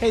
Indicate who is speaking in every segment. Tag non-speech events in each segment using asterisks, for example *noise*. Speaker 1: Hey,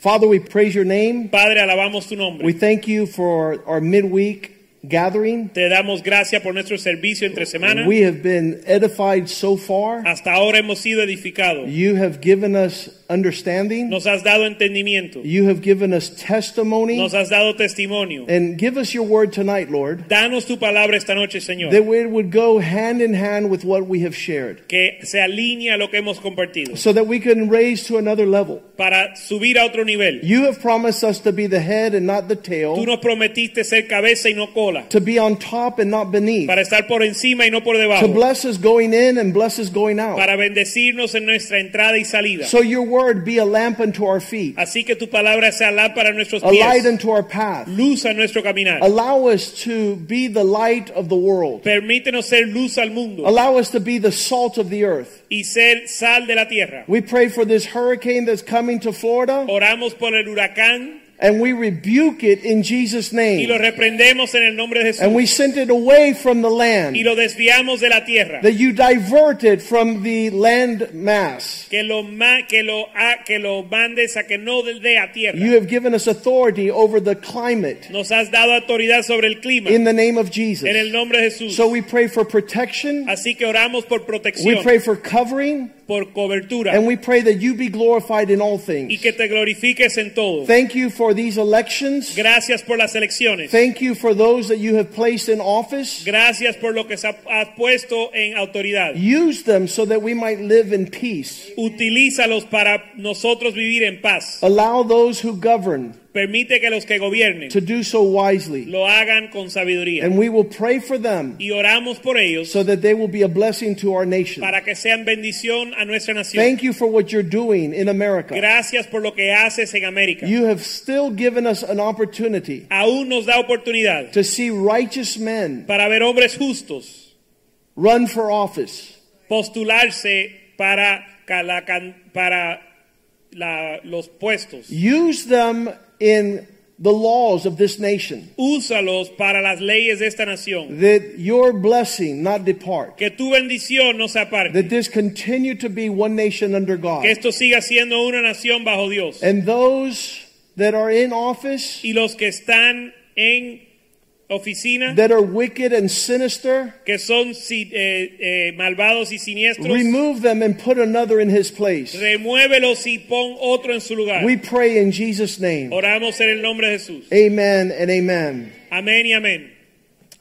Speaker 1: Father, we praise your name.
Speaker 2: Padre, alabamos tu nombre.
Speaker 1: We thank you for our midweek gathering.
Speaker 2: Te damos gracias por nuestro servicio entre semana.
Speaker 1: We have been edified so far.
Speaker 2: Hasta ahora hemos sido edificados.
Speaker 1: You have given us understanding.
Speaker 2: Nos has dado entendimiento.
Speaker 1: You have given us testimony.
Speaker 2: Nos has dado testimonio.
Speaker 1: And give us your word tonight, Lord,
Speaker 2: Danos tu palabra esta noche, Señor.
Speaker 1: that it would go hand in hand with what we have shared
Speaker 2: Que se alinee a lo que hemos compartido.
Speaker 1: so that we can raise to another level.
Speaker 2: Para subir a otro nivel.
Speaker 1: You have promised us to be the head and not the
Speaker 2: Tú
Speaker 1: tail,
Speaker 2: nos prometiste ser cabeza y no cola.
Speaker 1: to be on top and not beneath,
Speaker 2: Para estar por encima y no por
Speaker 1: to
Speaker 2: debajo.
Speaker 1: bless us going in and bless us going out.
Speaker 2: Para bendecirnos en nuestra entrada y salida.
Speaker 1: So your word be a lamp unto our feet,
Speaker 2: Así que tu palabra sea lámpara a nuestros
Speaker 1: a light
Speaker 2: pies.
Speaker 1: unto our path.
Speaker 2: Luz a nuestro caminar.
Speaker 1: Allow us to be the light of the world.
Speaker 2: Permítenos ser luz al mundo.
Speaker 1: Allow us to be the salt of the earth.
Speaker 2: y ser sal de la tierra.
Speaker 1: We pray for this hurricane that's coming to Florida
Speaker 2: Oramos por el huracán
Speaker 1: and we rebuke it in Jesus'
Speaker 2: y lo
Speaker 1: name.
Speaker 2: reprendemos en el nombre de Jesús
Speaker 1: And we send it away from the
Speaker 2: y
Speaker 1: land,
Speaker 2: lo desviamos de la tierra.
Speaker 1: that you divert it from the land mass.
Speaker 2: Que lo, ma- que, lo ha- que lo mandes a que no dé a
Speaker 1: You
Speaker 2: tierra.
Speaker 1: have given us authority over the climate
Speaker 2: Nos has dado autoridad sobre el clima
Speaker 1: in
Speaker 2: en
Speaker 1: the name of Jesus.
Speaker 2: el nombre de Jesús.
Speaker 1: So we pray for protection,
Speaker 2: Así que oramos por
Speaker 1: we
Speaker 2: protección,
Speaker 1: pray for covering,
Speaker 2: por cobertura
Speaker 1: and we pray that you be glorified in all
Speaker 2: y
Speaker 1: things.
Speaker 2: que te glorifiques en todo.
Speaker 1: Thank you for these elections.
Speaker 2: Gracias por las elecciones.
Speaker 1: Thank you for those that you have placed in office.
Speaker 2: Gracias por lo que se ha- has puesto en autoridad.
Speaker 1: Use them so that we might live in peace.
Speaker 2: Utilízalos para nosotros vivir en paz.
Speaker 1: Allow those who govern
Speaker 2: Permite que los que gobiernen
Speaker 1: to do so wisely.
Speaker 2: lo hagan con sabiduría.
Speaker 1: And we will pray for them
Speaker 2: Y oramos por ellos
Speaker 1: so that they will be a blessing to our nation.
Speaker 2: para que sean bendición a nuestra nación.
Speaker 1: Thank you for what you're doing in America.
Speaker 2: Gracias por lo que haces en América.
Speaker 1: You have still given us an opportunity
Speaker 2: Aún nos da oportunidad
Speaker 1: to see righteous men
Speaker 2: para ver hombres justos
Speaker 1: run for office.
Speaker 2: postularse para, ca- la can- para la- los puestos.
Speaker 1: Use them in the laws of this nation
Speaker 2: Úsalos para las leyes de esta nación.
Speaker 1: that your blessing not depart.
Speaker 2: Que tu bendición no se aparte.
Speaker 1: that this continue to be one nation under God.
Speaker 2: Que esto siga siendo una nación bajo Dios.
Speaker 1: And those that are in office
Speaker 2: Y los que están en oficina
Speaker 1: that are wicked and sinister,
Speaker 2: que son si- eh, eh, malvados y siniestros,
Speaker 1: remove them and put another in his place.
Speaker 2: remuévelos y pon otro en su lugar.
Speaker 1: We Eh. pray in Jesus' name.
Speaker 2: Oramos en el nombre de Jesús.
Speaker 1: Amen and amen.
Speaker 2: Amén y amén.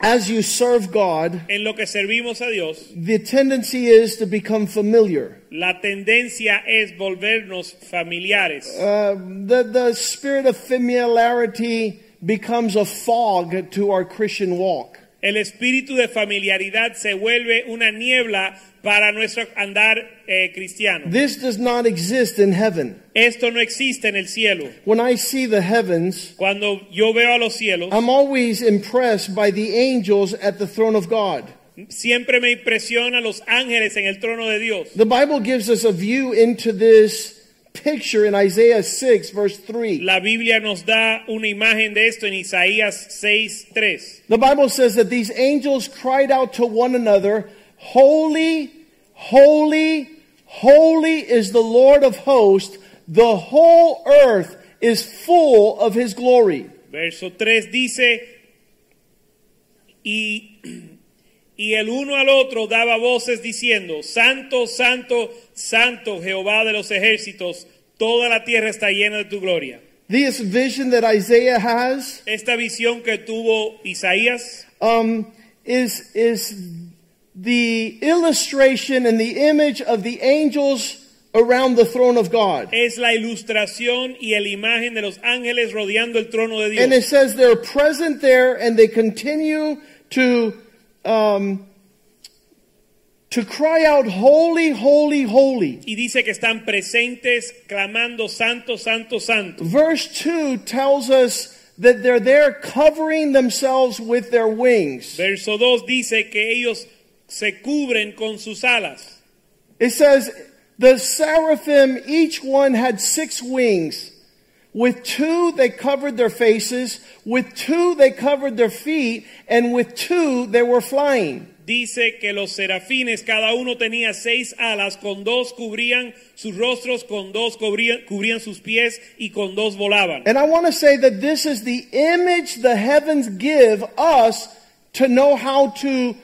Speaker 1: As you serve God,
Speaker 2: En lo que servimos a Dios,
Speaker 1: the tendency is to become familiar.
Speaker 2: la tendencia es volvernos familiares.
Speaker 1: Uh, the, the spirit of familiarity becomes a fog to our Christian walk.
Speaker 2: El espíritu de familiaridad se vuelve una niebla para nuestro andar eh, cristiano.
Speaker 1: This does not exist in heaven.
Speaker 2: Esto no existe en el cielo.
Speaker 1: When I see the heavens,
Speaker 2: Cuando yo veo a los cielos,
Speaker 1: I'm always impressed by the angels at the throne of God.
Speaker 2: siempre me impresiona los ángeles en el trono de Dios.
Speaker 1: The Bible gives us a view into this picture in Isaiah 6, verse 3.
Speaker 2: La Biblia nos da una imagen de esto en Isaías 6:3.
Speaker 1: The Bible says that these angels cried out to one another, Holy, holy, holy is the Lord of hosts. The whole earth is full of his glory.
Speaker 2: Verso 3 dice, y, y el uno al otro daba voces diciendo, Santo, Santo, Santo Jehová de los ejércitos, toda la tierra está llena de tu gloria.
Speaker 1: This vision that Isaiah has
Speaker 2: Esta visión que tuvo Isaías
Speaker 1: um, is is the illustration and the image of the angels around the throne of God.
Speaker 2: es la ilustración y la imagen de los ángeles rodeando el trono de
Speaker 1: And it
Speaker 2: Dios.
Speaker 1: says they're present there and they continue to um, to cry out, holy, holy, holy.
Speaker 2: Y dice que están presentes clamando, Santo, Santo, Santo.
Speaker 1: Verse two tells us
Speaker 3: that they're there covering themselves with their wings.
Speaker 2: Verso 2 dice que ellos se cubren con sus alas.
Speaker 3: It says, The seraphim, each one had six wings. With two they covered their faces, with two they covered their feet, and with two they were flying.
Speaker 2: Dice que los serafines cada uno tenía seis alas, con dos cubrían sus rostros, con dos cubrían, cubrían sus pies y con dos volaban.
Speaker 3: And I want to say that this is the image the heavens give us to know how to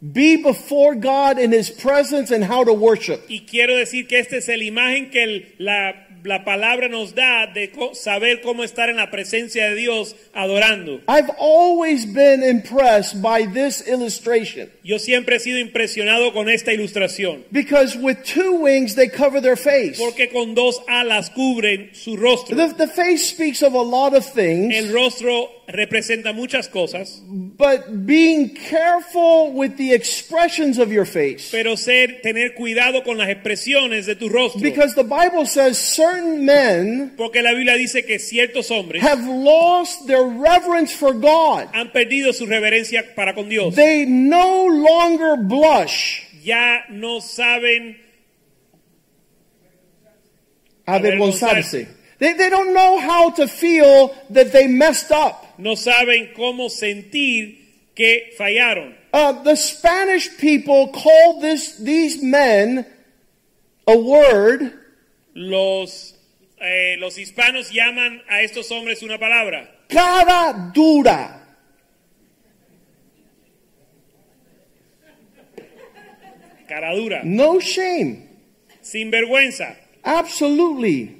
Speaker 3: be before God in His presence and how to worship.
Speaker 2: Y quiero decir que esta es la imagen que el- la, la palabra nos da de co- saber cómo estar en la presencia de Dios adorando.
Speaker 3: I've always been impressed by this illustration
Speaker 2: Yo siempre he sido impresionado con esta ilustración,
Speaker 3: because with two wings they cover their face.
Speaker 2: porque con dos alas cubren su
Speaker 3: The,
Speaker 2: rostro.
Speaker 3: the face speaks of a lot of
Speaker 2: El
Speaker 3: things,
Speaker 2: rostro representa muchas cosas,
Speaker 3: but being careful with the expressions of your face.
Speaker 2: pero ser tener cuidado con las expresiones de tu rostro,
Speaker 3: Because the Bible says certain men
Speaker 2: porque la Biblia dice que ciertos hombres
Speaker 3: have lost their reverence for God.
Speaker 2: han perdido su reverencia para con Dios.
Speaker 3: They no longer blush.
Speaker 2: Ya no saben
Speaker 3: Avergonzarse. They, they don't know how to feel that they messed up.
Speaker 2: no saben cómo sentir que fallaron.
Speaker 3: Uh, the Spanish people call this these men a word
Speaker 2: Los, eh, los hispanos llaman a estos hombres una palabra,
Speaker 3: cara dura.
Speaker 2: caradura,
Speaker 3: No shame.
Speaker 2: sin vergüenza.
Speaker 3: Absolutely.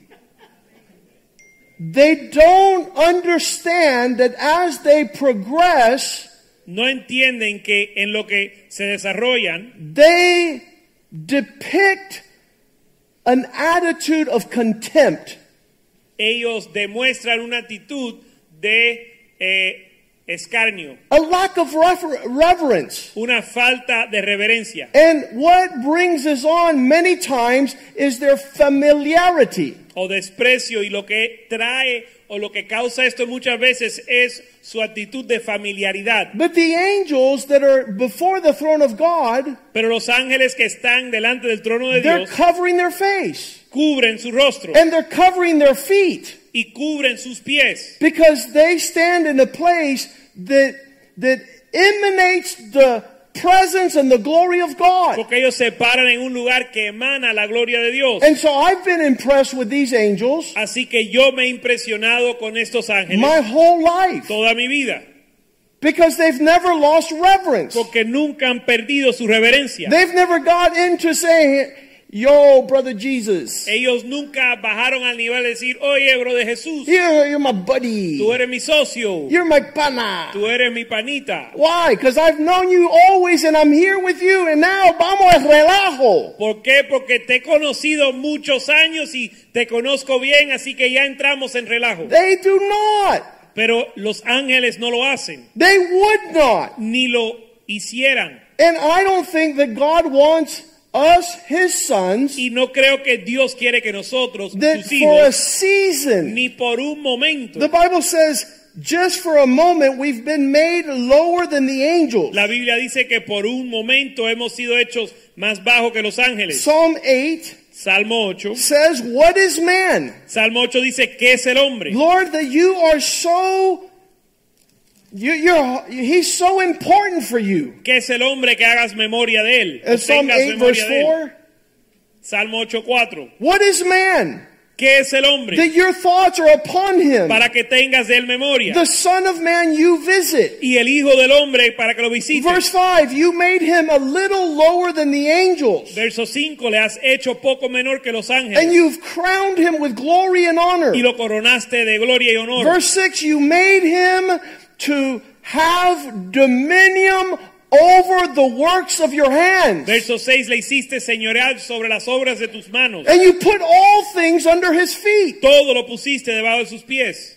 Speaker 3: They don't understand that as they progress,
Speaker 2: No entienden que en lo que se desarrollan,
Speaker 3: they depict an attitude of contempt.
Speaker 2: ellos demuestran una actitud de eh, escarnio,
Speaker 3: a lack of refer- reverence.
Speaker 2: una falta de reverencia.
Speaker 3: And what brings us on many times is their familiarity.
Speaker 2: o desprecio y lo que trae o lo que causa esto muchas veces es su actitud de familiaridad.
Speaker 3: But the angels that are before the throne of God,
Speaker 2: Pero los ángeles que están delante del trono de
Speaker 3: they're
Speaker 2: Dios
Speaker 3: covering their face
Speaker 2: cubren su rostro
Speaker 3: and they're covering their feet
Speaker 2: y cubren sus pies
Speaker 3: because they stand in a place that that emanates the presence and the glory of God.
Speaker 2: porque ellos se paran en un lugar que emana la gloria de Dios.
Speaker 3: And so I've been impressed with these angels
Speaker 2: Así que yo me he impresionado con estos ángeles
Speaker 3: my whole life
Speaker 2: toda mi vida
Speaker 3: because they've never lost reverence.
Speaker 2: porque nunca han perdido su reverencia.
Speaker 3: They've never got into saying, Yo, brother Jesus,
Speaker 2: Ellos nunca bajaron al nivel de decir, oye, bro de Jesús,
Speaker 3: you're, you're my
Speaker 2: tú
Speaker 3: buddy,
Speaker 2: eres mi socio,
Speaker 3: you're my pana.
Speaker 2: tú eres mi panita.
Speaker 3: Why? Because I've known you always and I'm here with you and now vamos al relajo.
Speaker 2: ¿Por qué? Porque te he conocido muchos años y te conozco bien, así que ya entramos en relajo.
Speaker 3: They do not.
Speaker 2: Pero los ángeles no lo hacen,
Speaker 3: They would not.
Speaker 2: ni lo hicieran.
Speaker 3: And I don't think that God wants us, his sons,
Speaker 2: Y no creo que Dios quiere que nosotros,
Speaker 3: that
Speaker 2: sus
Speaker 3: for a
Speaker 2: hijos,
Speaker 3: season.
Speaker 2: ni por un momento.
Speaker 3: The Bible says, just for a moment, we've been made lower than the angels.
Speaker 2: La Biblia dice que por un momento hemos sido hechos más bajos que los ángeles.
Speaker 3: Psalm 8
Speaker 2: Salmo 8.
Speaker 3: says, What is man?
Speaker 2: Salmo 8 dice, ¿qué es el hombre?
Speaker 3: Lord, that you are so, you, you're, he's so important for you.
Speaker 2: ¿Qué es el hombre que hagas memoria de él?
Speaker 3: In
Speaker 2: O
Speaker 3: Psalm
Speaker 2: tengas
Speaker 3: 8, verse
Speaker 2: memoria de él.
Speaker 3: 4,
Speaker 2: Salmo 8.4.
Speaker 3: what is man
Speaker 2: ¿Qué es el hombre?
Speaker 3: that your thoughts are upon him?
Speaker 2: para que tengas de él memoria.
Speaker 3: The Son of Man you visit.
Speaker 2: Y el Hijo del Hombre para que lo visites.
Speaker 3: Verse 5, you made him a little lower than the angels,
Speaker 2: Verso 5, le has hecho poco menor que los
Speaker 3: and
Speaker 2: ángeles
Speaker 3: you've crowned him with glory and honor.
Speaker 2: y lo coronaste de gloria y honor.
Speaker 3: Verse 6, you made him to have dominion over the works of your hands.
Speaker 2: Verso 6, le hiciste señorear sobre las obras de tus manos.
Speaker 3: And you put all things under his feet.
Speaker 2: Todo lo pusiste debajo de sus pies.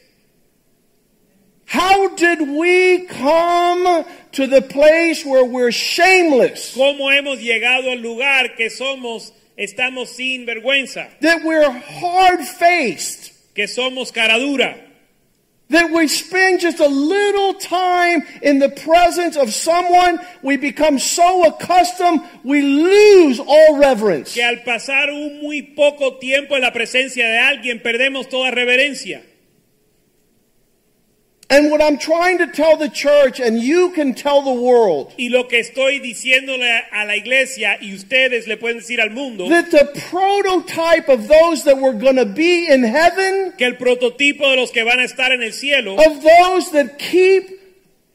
Speaker 3: How did we come to the place where we're shameless?
Speaker 2: ¿Cómo hemos llegado al lugar que somos, estamos sin vergüenza,
Speaker 3: That we're hard faced?
Speaker 2: que somos cara dura?
Speaker 3: That we spend just a little time in the presence of someone, we become so accustomed, we lose all reverence.
Speaker 2: que al pasar un muy poco tiempo en la presencia de alguien perdemos toda reverencia.
Speaker 3: And what I'm trying to tell the church, and you can tell the world,
Speaker 2: Y lo que estoy diciéndole a la iglesia y ustedes le pueden decir al mundo
Speaker 3: that the prototype of those that were going to be in heaven,
Speaker 2: que el prototipo de los que van a estar en el cielo
Speaker 3: of those that keep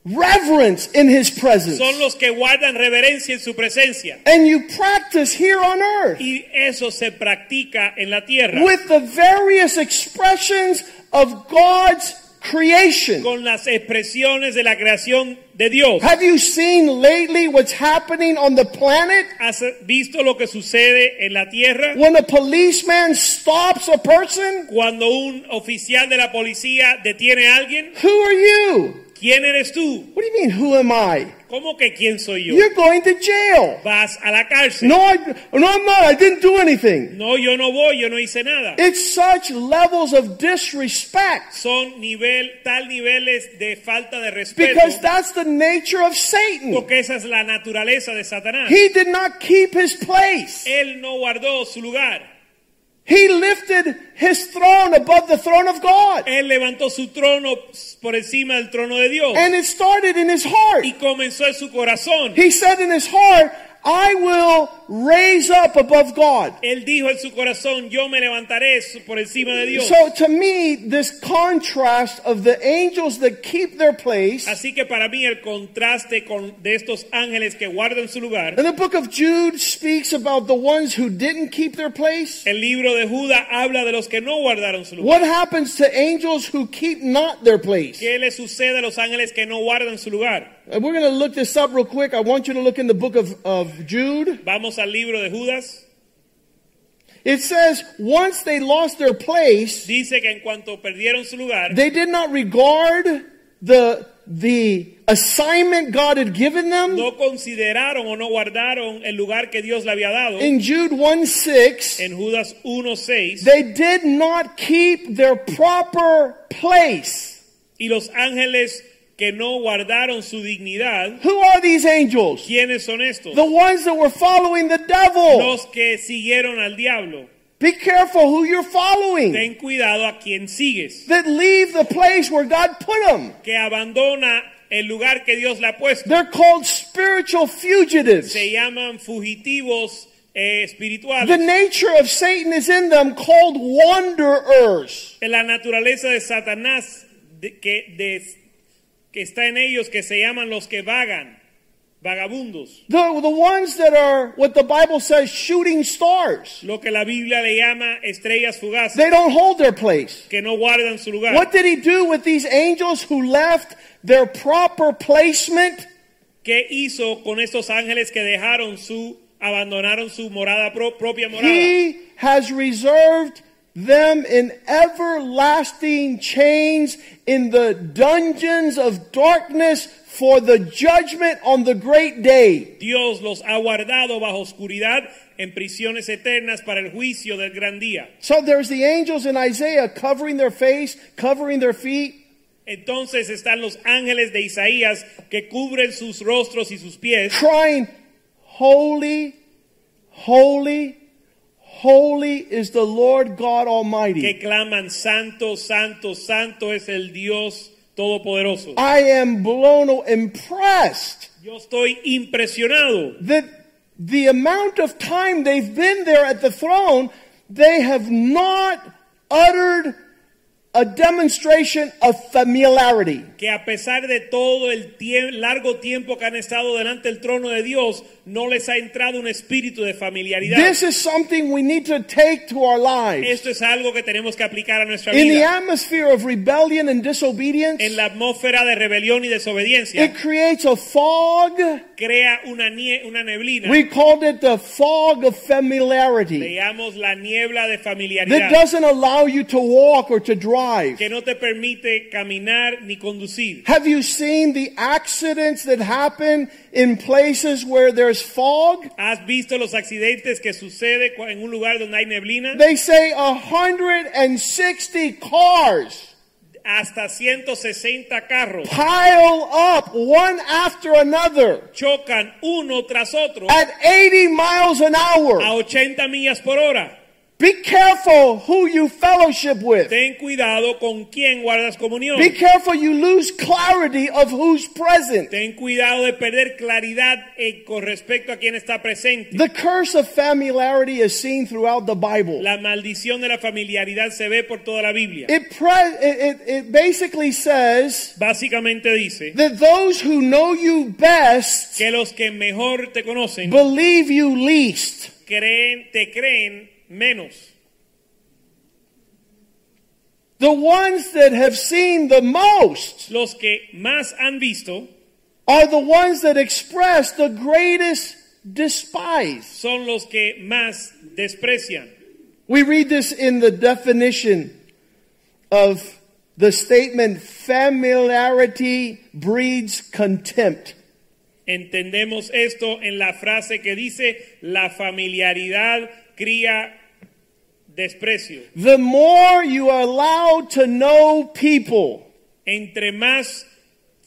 Speaker 3: reverence in his presence,
Speaker 2: son los que guardan reverencia en su presencia.
Speaker 3: and you practice here on earth
Speaker 2: Y eso se practica en la tierra
Speaker 3: with the various expressions of God's creation.
Speaker 2: con las expresiones de la creación de Dios.
Speaker 3: Have you seen lately what's happening on the planet?
Speaker 2: ¿Has visto lo que sucede en la tierra?
Speaker 3: When a policeman stops a person,
Speaker 2: Cuando un oficial de la policía detiene a alguien,
Speaker 3: who are you?
Speaker 2: ¿quién eres tú?
Speaker 3: What do you mean, who am I?
Speaker 2: ¿Cómo que quién soy yo?
Speaker 3: You're going to jail.
Speaker 2: Vas a la cárcel.
Speaker 3: No, I, no, I'm not. I didn't do anything.
Speaker 2: No, yo no voy, yo no hice nada.
Speaker 3: It's such levels of disrespect
Speaker 2: Son nivel, tal niveles de falta de respeto.
Speaker 3: because that's the nature of Satan.
Speaker 2: Porque esa es la naturaleza de Satanás.
Speaker 3: He did not keep his place.
Speaker 2: Él no guardó su lugar.
Speaker 3: He lifted his throne above the throne of God.
Speaker 2: Él levantó su trono por encima del trono de Dios.
Speaker 3: And it started in his heart.
Speaker 2: y comenzó en su corazón.
Speaker 3: He said in his heart, I will raise up above God.
Speaker 2: Él dijo en su corazón, yo me levantaré su- por encima de Dios.
Speaker 3: So to me, this contrast of the angels that keep their place
Speaker 2: Así que para mí el contraste con, de estos ángeles que guardan su lugar.
Speaker 3: and the book of Jude speaks about the ones who didn't keep their place.
Speaker 2: El libro de Judas habla de los que no guardaron su lugar.
Speaker 3: What happens to angels who keep not their place?
Speaker 2: ¿Qué le sucede a los ángeles que no guardan su lugar?
Speaker 3: Uh, We're going to look this up real quick. I want you to look in the book of, of Jude.
Speaker 2: Vamos al libro de Judas.
Speaker 3: It says, once they lost their place,
Speaker 2: Dice que en cuanto perdieron su lugar,
Speaker 3: they did not regard the, the assignment God had given them.
Speaker 2: no consideraron o no guardaron el lugar que Dios le había dado.
Speaker 3: In Jude 1 6,
Speaker 2: En Judas 1.6.
Speaker 3: they did not keep their proper place.
Speaker 2: Y los ángeles que no guardaron su dignidad,
Speaker 3: Who are these angels?
Speaker 2: ¿quiénes son estos?
Speaker 3: The ones that were following the devil.
Speaker 2: Los que siguieron al diablo.
Speaker 3: Be careful who you're following.
Speaker 2: Ten cuidado a quien sigues,
Speaker 3: That leave the place where God put them.
Speaker 2: que abandona el lugar que Dios le ha puesto.
Speaker 3: They're called spiritual fugitives.
Speaker 2: Se llaman fugitivos eh,
Speaker 3: The
Speaker 2: espirituales.
Speaker 3: nature of Satan is in them called wanderers.
Speaker 2: La naturaleza de Satanás de- que, de- que está en ellos, que se llaman los que vagan, vagabundos.
Speaker 3: The, the ones that are what the Bible says shooting stars.
Speaker 2: Lo que la Biblia le llama estrellas fugaces,
Speaker 3: They don't hold their place.
Speaker 2: que no guardan su lugar.
Speaker 3: What did he do with these angels who left their proper placement?
Speaker 2: ¿Qué hizo con estos ángeles que dejaron su, abandonaron su morada pro- propia morada?
Speaker 3: He has reserved them in everlasting chains in the dungeons of darkness for the judgment on the great day.
Speaker 2: Dios los ha guardado bajo oscuridad en prisiones eternas para el juicio del gran día.
Speaker 3: So there's the angels in Isaiah covering their face, covering their feet.
Speaker 2: Entonces están los ángeles de Isaías que cubren sus rostros y sus pies,
Speaker 3: crying, Holy, holy, holy is the Lord God
Speaker 2: que
Speaker 3: Almighty.
Speaker 2: claman, Santo, Santo, Santo es el Dios Todopoderoso.
Speaker 3: I am blown, aw- impressed
Speaker 2: Yo estoy impresionado
Speaker 3: that the amount of time they've been there at the throne, they have not uttered a demonstration of familiarity.
Speaker 2: que a pesar de todo el tie- largo tiempo que han estado delante del trono de Dios, no les ha entrado un espíritu de familiaridad.
Speaker 3: This is something we need to take to our lives.
Speaker 2: Esto es algo que tenemos que aplicar a nuestra
Speaker 3: In the
Speaker 2: vida.
Speaker 3: atmosphere of rebellion and disobedience,
Speaker 2: En la atmósfera de rebelión y desobediencia
Speaker 3: it creates a fog
Speaker 2: crea una, nie- una neblina.
Speaker 3: We called it the fog of familiarity
Speaker 2: Veamos la niebla de
Speaker 3: that
Speaker 2: familiaridad
Speaker 3: doesn't allow you to walk or to drive.
Speaker 2: que no te permite caminar ni conducir.
Speaker 3: Have you seen the accidents that happen in places where there's fog?
Speaker 2: ¿Has visto los accidentes que sucede cu- en un lugar donde hay neblina?
Speaker 3: They say 160 cars
Speaker 2: hasta 160 carros
Speaker 3: pile up one after another
Speaker 2: chocan uno tras otro
Speaker 3: at 80 miles an
Speaker 2: a
Speaker 3: hour.
Speaker 2: 80 millas por hora.
Speaker 3: Be careful who you fellowship with.
Speaker 2: Ten cuidado con quién guardas comunión.
Speaker 3: Be careful you lose clarity of who's present.
Speaker 2: Ten cuidado de perder claridad en- con respecto a quién está presente.
Speaker 3: The curse of familiarity is seen throughout the Bible.
Speaker 2: La maldición de la familiaridad se ve por toda la Biblia.
Speaker 3: It, pre- it, it, it basically says
Speaker 2: Básicamente dice
Speaker 3: that those who know you best
Speaker 2: que los que mejor te conocen
Speaker 3: believe you least.
Speaker 2: creen, te creen menos.
Speaker 3: The ones that have seen the most
Speaker 2: Los que más han visto
Speaker 3: are the ones that express the greatest despise.
Speaker 2: son los que más desprecian.
Speaker 3: We read this in the definition of the statement familiarity breeds contempt.
Speaker 2: Entendemos esto en la frase que dice la familiaridad cría desprecio.
Speaker 3: The more you are allowed to know people,
Speaker 2: Entre más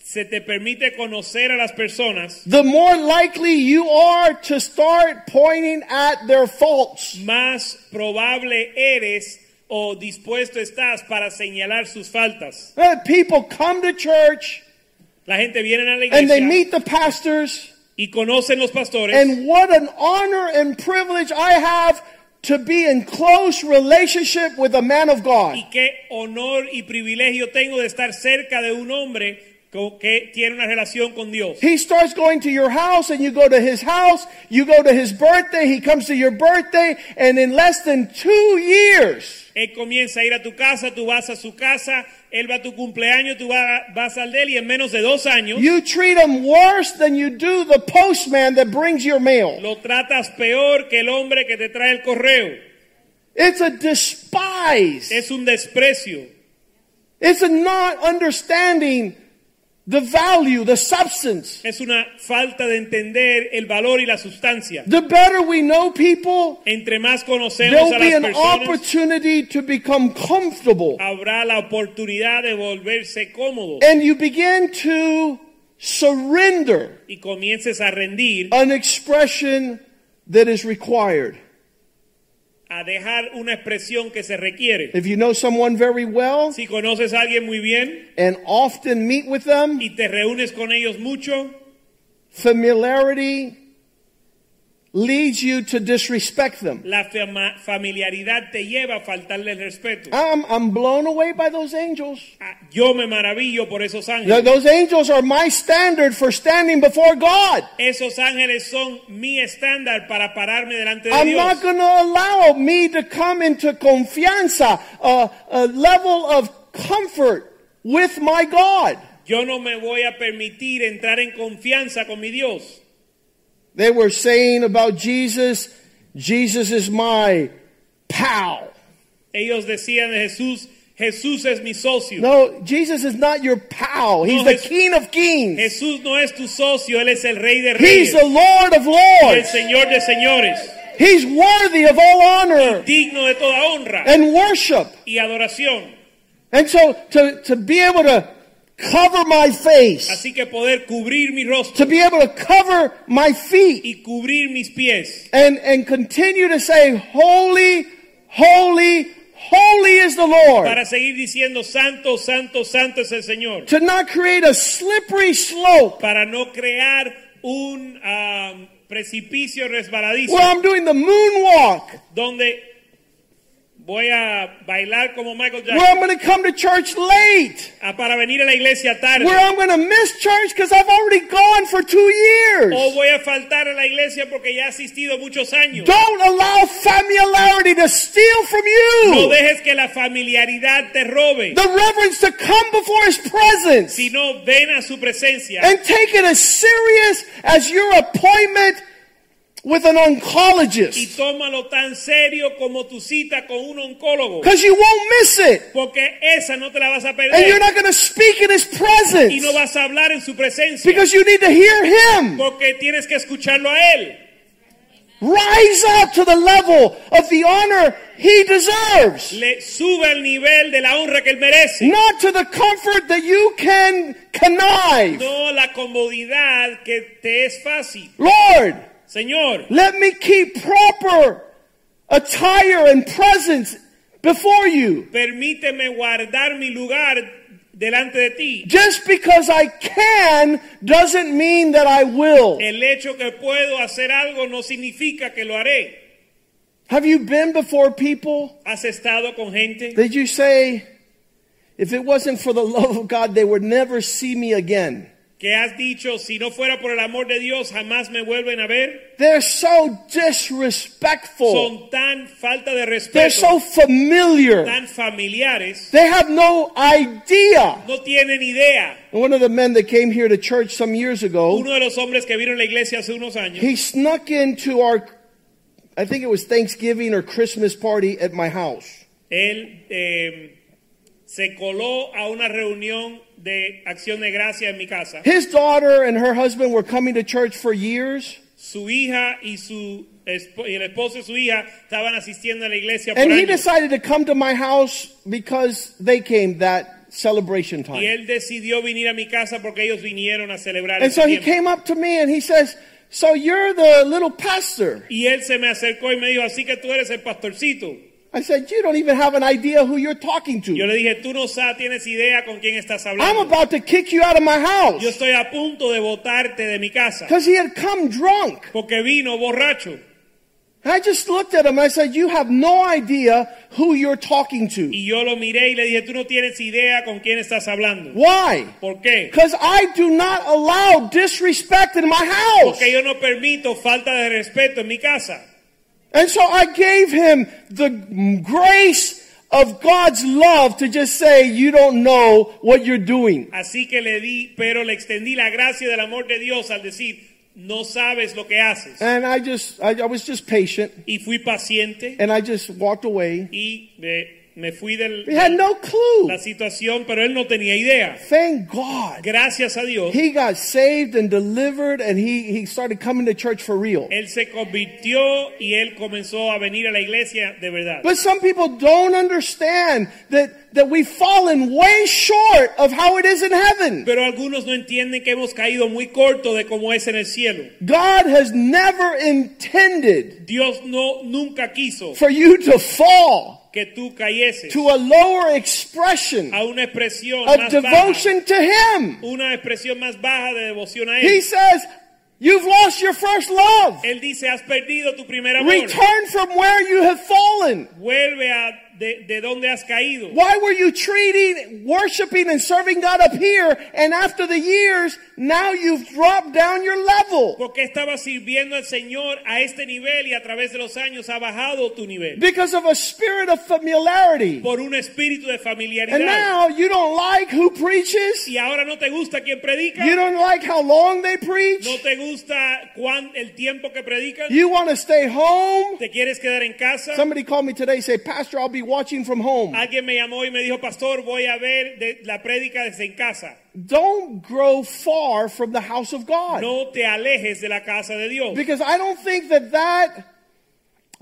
Speaker 2: se te permite conocer a las personas,
Speaker 3: the more likely you are to start pointing at their faults.
Speaker 2: más probable eres o dispuesto estás para señalar sus faltas.
Speaker 3: Uh, People come to church
Speaker 2: La gente viene a la
Speaker 3: and they
Speaker 2: iglesia
Speaker 3: meet the pastors.
Speaker 2: y conocen los pastores
Speaker 3: And what an honor and privilege I have to be in close relationship with a man of God.
Speaker 2: y qué honor y privilegio tengo de estar cerca de un hombre co- que tiene una relación con Dios.
Speaker 3: He starts going to your house and you go to his house, you go to his birthday, he comes to your birthday, and in less than two years,
Speaker 2: Él comienza a ir a tu casa, tú vas a su casa, él va a tu cumpleaños, tú va- vas al de él y en menos de dos años
Speaker 3: you treat him worse than you do the postman that brings your mail.
Speaker 2: lo tratas peor que el hombre que te trae el correo.
Speaker 3: It's a despise.
Speaker 2: Es un desprecio,
Speaker 3: It's a not understanding the value, the substance.
Speaker 2: es una falta de entender el valor y la sustancia.
Speaker 3: The better we know people,
Speaker 2: Entre más conocemos a
Speaker 3: There'll be
Speaker 2: las
Speaker 3: an
Speaker 2: personas,
Speaker 3: opportunity to become comfortable.
Speaker 2: habrá la oportunidad de volverse cómodo
Speaker 3: And you begin to surrender
Speaker 2: y comiences a rendir,
Speaker 3: an expression that is required.
Speaker 2: a dejar una expresión que se requiere.
Speaker 3: If you know someone very well
Speaker 2: Si conoces a alguien muy bien
Speaker 3: and often meet with them,
Speaker 2: y te reúnes con ellos mucho,
Speaker 3: familiarity leads you to disrespect them.
Speaker 2: La fama- familiaridad te lleva a faltarle el respeto.
Speaker 3: I'm, I'm blown away by those angels.
Speaker 2: Ah, Yo me maravillo por esos
Speaker 3: Th-
Speaker 2: ángeles.
Speaker 3: Those angels are my standard for standing before God.
Speaker 2: Esos ángeles son mi estándar para pararme delante de
Speaker 3: I'm not
Speaker 2: Dios.
Speaker 3: going to allow me to come into confianza, a, a level of comfort with my God.
Speaker 2: Yo no me voy a permitir entrar en confianza con mi Dios.
Speaker 3: They were saying about Jesus, Jesus is my pal.
Speaker 2: Ellos decían de Jesús, Jesús es mi socio.
Speaker 3: No, Jesus is not your pal. He's
Speaker 2: No,
Speaker 3: the
Speaker 2: Jes-
Speaker 3: King of Kings.
Speaker 2: Jesús no es tu socio, Él es el rey de reyes,
Speaker 3: He's the Lord of
Speaker 2: el
Speaker 3: Lords.
Speaker 2: señor de señores,
Speaker 3: He's worthy of all honor
Speaker 2: digno de toda honra
Speaker 3: and worship.
Speaker 2: y adoración.
Speaker 3: And so to, to be able to cover my face,
Speaker 2: Así que poder cubrir mi rostro
Speaker 3: to be able to cover my feet,
Speaker 2: y cubrir mis pies.
Speaker 3: and, and continue to say, Holy, holy, holy is the Lord.
Speaker 2: para seguir diciendo santo, santo, santo es el Señor,
Speaker 3: To not create a slippery slope
Speaker 2: para no crear un ah, precipicio resbaladizo
Speaker 3: where I'm doing the moonwalk,
Speaker 2: donde voy a bailar como Michael
Speaker 3: where
Speaker 2: Jackson
Speaker 3: I'm going to come to church late,
Speaker 2: ah, para venir a la iglesia tarde
Speaker 3: where I'm going to miss church because I've already gone for two
Speaker 2: o
Speaker 3: years.
Speaker 2: voy a faltar a la iglesia porque ya he asistido muchos años.
Speaker 3: Don't allow familiarity to steal from
Speaker 2: No
Speaker 3: you
Speaker 2: dejes que la familiaridad te robe,
Speaker 3: the reverence to come before His presence
Speaker 2: sino ven a su presencia
Speaker 3: and take it as serious as your appointment with an oncologist.
Speaker 2: y tómalo tan serio como tu cita con un oncólogo,
Speaker 3: Because you won't miss it.
Speaker 2: porque esa no te la vas a
Speaker 3: And you're
Speaker 2: perder
Speaker 3: not going to speak in his
Speaker 2: y no
Speaker 3: presence.
Speaker 2: vas a hablar en su presencia.
Speaker 3: Because you need to hear him.
Speaker 2: Porque tienes que escucharlo a él.
Speaker 3: rise up to the level of the honor he deserves.
Speaker 2: le suba el nivel de la honra que él merece.
Speaker 3: Not to the comfort that you can connive.
Speaker 2: No la comodidad que te es fácil.
Speaker 3: Lord,
Speaker 2: Señor,
Speaker 3: let me keep proper attire and presence before you.
Speaker 2: permíteme guardar mi lugar delante de ti.
Speaker 3: Just because I can doesn't mean that I will.
Speaker 2: El hecho que puedo hacer algo no significa que lo haré.
Speaker 3: Have you been before people
Speaker 2: ¿Has estado con gente
Speaker 3: that you say, if it wasn't for the love of God, they would never see me again?
Speaker 2: que has dicho, si no fuera por el amor de Dios, jamás me vuelven a ver?
Speaker 3: They're so disrespectful.
Speaker 2: Son tan falta de
Speaker 3: They're so
Speaker 2: respeto,
Speaker 3: familiar.
Speaker 2: tan familiares,
Speaker 3: They have no idea.
Speaker 2: no tienen idea.
Speaker 3: One of the men that came here to church some years ago,
Speaker 2: Uno de los hombres que vieron la iglesia hace unos años,
Speaker 3: he snuck into our, I think it was Thanksgiving or Christmas party at my house.
Speaker 2: él eh, se coló a una reunión de acción de gracia en mi casa.
Speaker 3: His daughter and her husband were coming to church for years,
Speaker 2: Su hija y su esp- y el esposo de su hija estaban asistiendo a la iglesia por
Speaker 3: and he
Speaker 2: años.
Speaker 3: decided to come to my house because they came that celebration
Speaker 2: Y
Speaker 3: time.
Speaker 2: él decidió venir a mi casa porque ellos vinieron a celebrar
Speaker 3: And
Speaker 2: ese
Speaker 3: so he
Speaker 2: tiempo.
Speaker 3: came up to me and he says, So you're the little pastor.
Speaker 2: Y él se me acercó y me dijo, así que tú eres el pastorcito.
Speaker 3: I said, You don't even have an idea who you're talking
Speaker 2: Yo
Speaker 3: to.
Speaker 2: le dije, tú no sabes, tienes idea con quién estás
Speaker 3: I'm
Speaker 2: hablando.
Speaker 3: about to kick you out of my
Speaker 2: Yo
Speaker 3: house.
Speaker 2: estoy a punto de botarte de mi casa.
Speaker 3: Because he had come drunk.
Speaker 2: Porque vino borracho.
Speaker 3: And I just looked at him and I said, You have no idea who you're talking to.
Speaker 2: Y yo lo miré y le dije, tú no tienes idea con quién estás hablando.
Speaker 3: Why?
Speaker 2: ¿Por qué?
Speaker 3: Because I do not allow disrespect in my house.
Speaker 2: Porque yo no permito falta de respeto en mi casa.
Speaker 3: And so I gave him the grace of God's love to just say, you don't know what you're doing.
Speaker 2: Así que le di, pero le extendí la gracia del amor de Dios al decir, no sabes lo que haces.
Speaker 3: And I just, I, I was just patient
Speaker 2: Y fui paciente
Speaker 3: and I just walked away.
Speaker 2: y me, me fui de
Speaker 3: He had no clue.
Speaker 2: la situación, pero él no tenía idea.
Speaker 3: Thank God.
Speaker 2: Gracias a Dios,
Speaker 3: He got saved and delivered and he, he started coming to church for real.
Speaker 2: él se convirtió y él comenzó a venir a la iglesia de verdad.
Speaker 3: But some people don't understand that, that we've fallen way short of how it is in heaven.
Speaker 2: Pero algunos no entienden que hemos caído muy corto de cómo es en el cielo.
Speaker 3: God has never intended
Speaker 2: Dios no nunca quiso
Speaker 3: for you to fall.
Speaker 2: que tú cayeses
Speaker 3: to a lower expression
Speaker 2: a una expresión
Speaker 3: of
Speaker 2: más baja,
Speaker 3: devotion to Him.
Speaker 2: una expresión más baja de devoción a él.
Speaker 3: He says, You've lost your first love.
Speaker 2: Él dice, has perdido tu primer amor.
Speaker 3: Return from where you have fallen.
Speaker 2: Vuelve a de, de donde has caído.
Speaker 3: Why were you treating, worshiping, and serving God up here, and after the years, now you've dropped down your level?
Speaker 2: ¿Por qué estabas sirviendo al Señor a este nivel y a través de los años ha bajado tu nivel?
Speaker 3: Because of a spirit of familiarity.
Speaker 2: Por un espíritu de
Speaker 3: And
Speaker 2: familiaridad.
Speaker 3: now you don't like who preaches,
Speaker 2: Y ahora no te gusta quien predica.
Speaker 3: you don't like how long they
Speaker 2: No
Speaker 3: preach,
Speaker 2: te gusta cuán, el tiempo que predican.
Speaker 3: you want to stay home.
Speaker 2: Te quieres quedar en casa.
Speaker 3: Somebody called me today, say, Pastor, I'll be watching from home.
Speaker 2: Alguien me llamó y me dijo, pastor, voy a ver de- la prédica desde en casa.
Speaker 3: don't grow far from the house of God.
Speaker 2: No te alejes de la casa de Dios.
Speaker 3: Because I don't think that that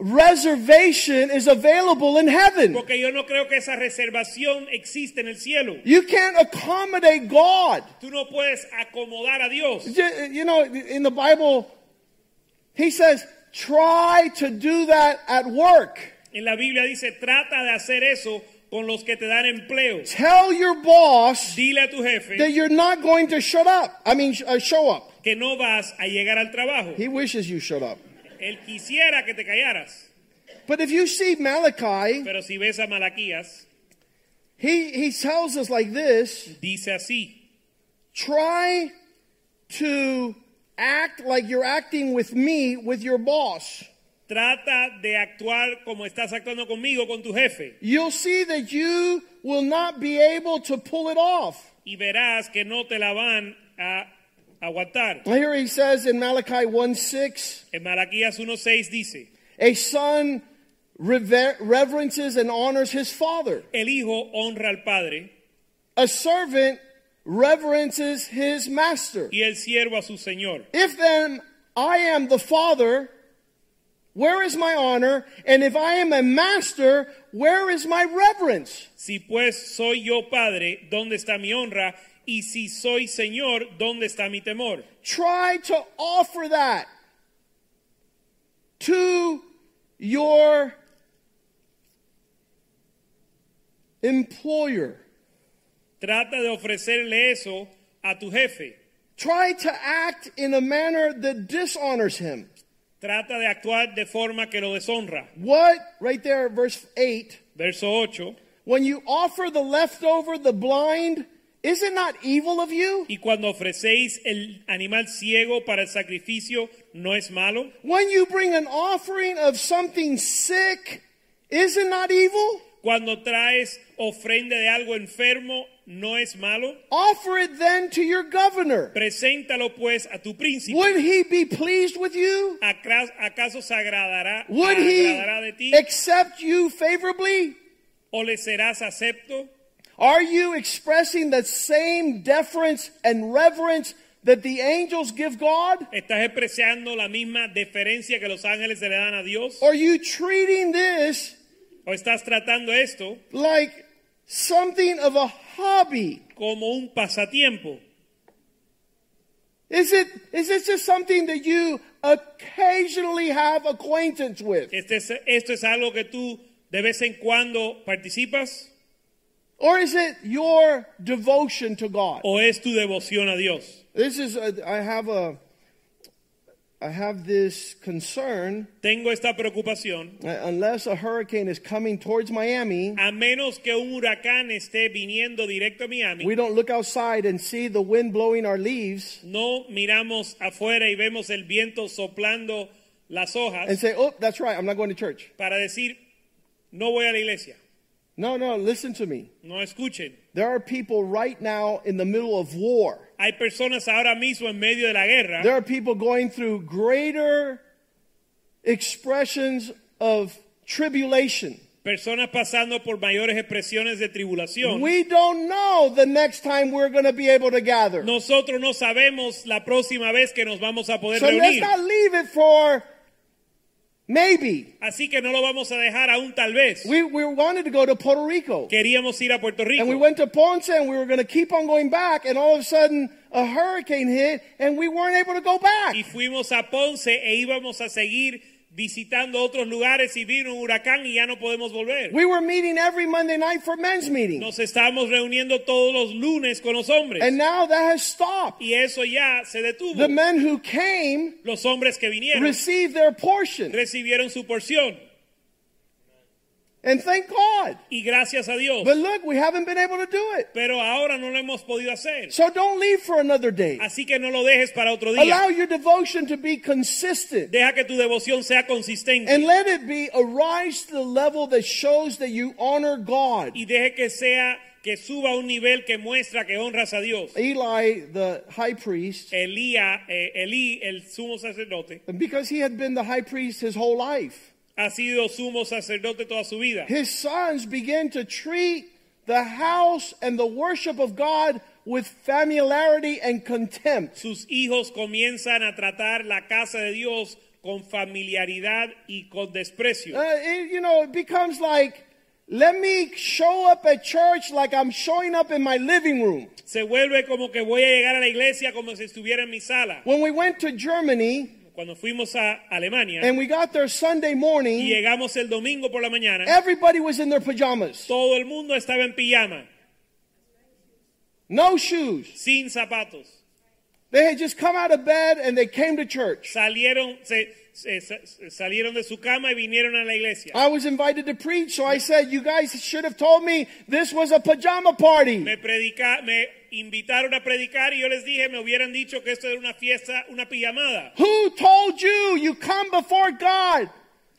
Speaker 3: reservation is available in heaven.
Speaker 2: Porque yo no creo que esa reservación existe en el cielo.
Speaker 3: You can't accommodate God.
Speaker 2: Tú no puedes acomodar a Dios.
Speaker 3: J- You know, in the Bible, he says, try to do that at work.
Speaker 2: En la Biblia dice, trata de hacer eso con los que te dan empleo.
Speaker 3: Tell your boss
Speaker 2: Dile a tu
Speaker 3: that
Speaker 2: jefe
Speaker 3: you're not going to shut up. I mean, sh- uh, show up.
Speaker 2: que no vas a llegar al trabajo.
Speaker 3: He wishes you shut up.
Speaker 2: Él quisiera que te callaras.
Speaker 3: But if you see Malachi,
Speaker 2: Pero si ves a Malaquías,
Speaker 3: he, he tells us like this.
Speaker 2: dice así,
Speaker 3: try to act like you're acting with me with your boss.
Speaker 2: trata de actuar como estás actuando conmigo, con tu jefe.
Speaker 3: You'll see that you will not be able to pull it off.
Speaker 2: Y verás que no te la van a aguantar.
Speaker 3: Here he says in Malachi 1 6,
Speaker 2: En Malaquías 1.6 dice,
Speaker 3: a son rever- reverences and honors his father,
Speaker 2: el hijo honra al padre
Speaker 3: a servant reverences his master.
Speaker 2: y el siervo a su señor.
Speaker 3: If then I am the father, Where is my honor? And if I am a master, where is my reverence?
Speaker 2: Si pues soy yo padre, ¿dónde está mi honra? Y si soy señor, ¿dónde está mi temor?
Speaker 3: Try to offer that to your employer.
Speaker 2: Trata de ofrecerle eso a tu jefe.
Speaker 3: Try to act in a manner that dishonors him.
Speaker 2: Trata de actuar de forma que lo deshonra.
Speaker 3: What? Right there, verse 8.
Speaker 2: Verso 8.
Speaker 3: When you offer the leftover, the blind, is it not evil of you?
Speaker 2: Y cuando ofrecéis el animal ciego para el sacrificio, ¿no es malo?
Speaker 3: When you bring an offering of something sick, is it not evil?
Speaker 2: Cuando traes ofrenda de algo enfermo, ¿no es malo?
Speaker 3: Offer it then to your governor.
Speaker 2: Preséntalo pues a tu príncipe.
Speaker 3: Would he be pleased with you?
Speaker 2: ¿Acra- ¿Acaso se agradará,
Speaker 3: Would he
Speaker 2: agradará de ti?
Speaker 3: accept you favorably?
Speaker 2: ¿O le serás acepto?
Speaker 3: Are you expressing the same deference and reverence that the angels give God?
Speaker 2: ¿Estás expresando la misma deferencia que los ángeles se le dan a Dios?
Speaker 3: Are you treating this
Speaker 2: ¿O estás tratando esto
Speaker 3: like something of a hobby?
Speaker 2: como un pasatiempo?
Speaker 3: Is it is this just something that you occasionally have acquaintance with?
Speaker 2: Este es- ¿Esto es algo que tú de vez en cuando participas?
Speaker 3: Or is it your devotion to God?
Speaker 2: ¿O es tu devoción a Dios?
Speaker 3: This is a, I have a I have this concern
Speaker 2: Tengo esta preocupación.
Speaker 3: uh, unless a hurricane is coming towards Miami,
Speaker 2: A menos que un huracán esté viniendo directo a Miami,
Speaker 3: we don't look outside and see the wind blowing our leaves
Speaker 2: no miramos afuera y vemos el viento soplando las
Speaker 3: and
Speaker 2: hojas
Speaker 3: say, "Oh, that's right, I'm not going to church."
Speaker 2: para decir, no voy a la iglesia.
Speaker 3: No, no, listen to me.
Speaker 2: No escuchen.
Speaker 3: There are people right now in the middle of war.
Speaker 2: Hay personas ahora mismo en medio de la guerra
Speaker 3: There are people going through greater expressions of tribulation.
Speaker 2: personas pasando por mayores expresiones de tribulación.
Speaker 3: We don't know the next time we're going to be able to gather.
Speaker 2: Nosotros no sabemos la próxima vez que nos vamos a poder
Speaker 3: so let's
Speaker 2: reunir.
Speaker 3: not leave it for maybe.
Speaker 2: Así que no lo vamos a dejar aún tal vez.
Speaker 3: We, we wanted to go to Puerto Rico.
Speaker 2: Queríamos ir a Puerto Rico.
Speaker 3: And we went to Ponce and we were going to keep on going back. And all of a sudden, a hurricane hit and we weren't able to go back.
Speaker 2: y fuimos a Ponce e íbamos a seguir visitando otros lugares y vino un huracán y ya no podemos volver.
Speaker 3: We were meeting every Monday night for men's meeting.
Speaker 2: Nos estamos reuniendo todos los lunes con los hombres
Speaker 3: And now that has stopped.
Speaker 2: y eso ya se detuvo.
Speaker 3: The men who came
Speaker 2: los hombres que vinieron
Speaker 3: received their portion.
Speaker 2: recibieron su porción
Speaker 3: And thank God.
Speaker 2: y gracias a Dios.
Speaker 3: But look, we haven't been able to do it.
Speaker 2: Pero ahora no lo hemos podido hacer.
Speaker 3: So don't leave for another day.
Speaker 2: Así que no lo dejes para otro día.
Speaker 3: Allow your devotion to be consistent.
Speaker 2: Deja que tu devoción sea consistente
Speaker 3: And let it be arise to the level that shows that you honor God.
Speaker 2: y deje que sea que suba a un nivel que muestra que honras a Dios.
Speaker 3: Eli, the high priest,
Speaker 2: Elía, eh, Elí, el sumo sacerdote,
Speaker 3: because he had been the high priest his whole life,
Speaker 2: ha sido sumo sacerdote toda su vida.
Speaker 3: his sons began to treat the house and the worship of God with familiarity and contempt.
Speaker 2: Sus hijos comienzan a tratar la casa de Dios con familiaridad y con desprecio.
Speaker 3: Uh, it- you know, it becomes like, let me show up at church like I'm showing up in my living room.
Speaker 2: Se vuelve como que voy a llegar a la iglesia como si estuviera en mi sala.
Speaker 3: When we went to Germany
Speaker 2: Cuando fuimos a Alemania
Speaker 3: and we got there Sunday
Speaker 2: y
Speaker 3: morning,
Speaker 2: llegamos el domingo por la mañana,
Speaker 3: everybody was in their pajamas,
Speaker 2: todo el mundo estaba en pijama,
Speaker 3: no shoes.
Speaker 2: sin zapatos.
Speaker 3: They had just come out of bed and they came to church.
Speaker 2: salieron, se- se- se- salieron de su cama y vinieron a la iglesia.
Speaker 3: I was invited to preach, so I said, You guys should have told me this was a pajama party.
Speaker 2: Me, predica, me invitaron a predicar y yo les dije, me hubieran dicho que esto era una fiesta, una pijamada.
Speaker 3: Who told you you come before God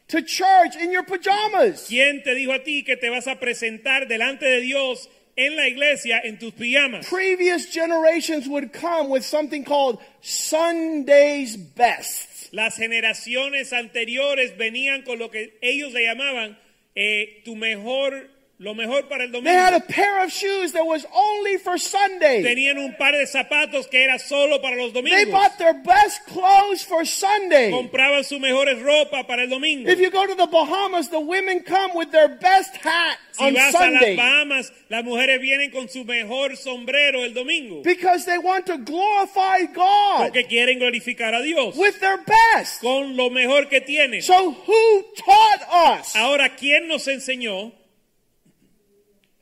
Speaker 3: to church in your pajamas?
Speaker 2: ¿Quién te dijo a ti que te vas a presentar delante de Dios en la iglesia en tus pijamas?
Speaker 3: Previous generations would come with something called Sunday's best.
Speaker 2: Las generaciones anteriores venían con lo que ellos le llamaban eh, tu mejor Lo mejor para el
Speaker 3: They had
Speaker 2: domingo.
Speaker 3: a pair of shoes that was only for Sunday.
Speaker 2: Tenían un par de zapatos que era solo para los
Speaker 3: They
Speaker 2: domingos.
Speaker 3: bought their best clothes for Sunday.
Speaker 2: Compraban sus mejores ropa para el domingo.
Speaker 3: If you go to the Bahamas, the women come with their best hat
Speaker 2: Si
Speaker 3: on
Speaker 2: vas a las
Speaker 3: Sunday
Speaker 2: Bahamas, las mujeres vienen con su mejor sombrero el domingo.
Speaker 3: because they want to glorify God
Speaker 2: Porque quieren glorificar a Dios
Speaker 3: with their best.
Speaker 2: con lo mejor que tienen.
Speaker 3: So, who taught us
Speaker 2: Ahora, ¿quién nos enseñó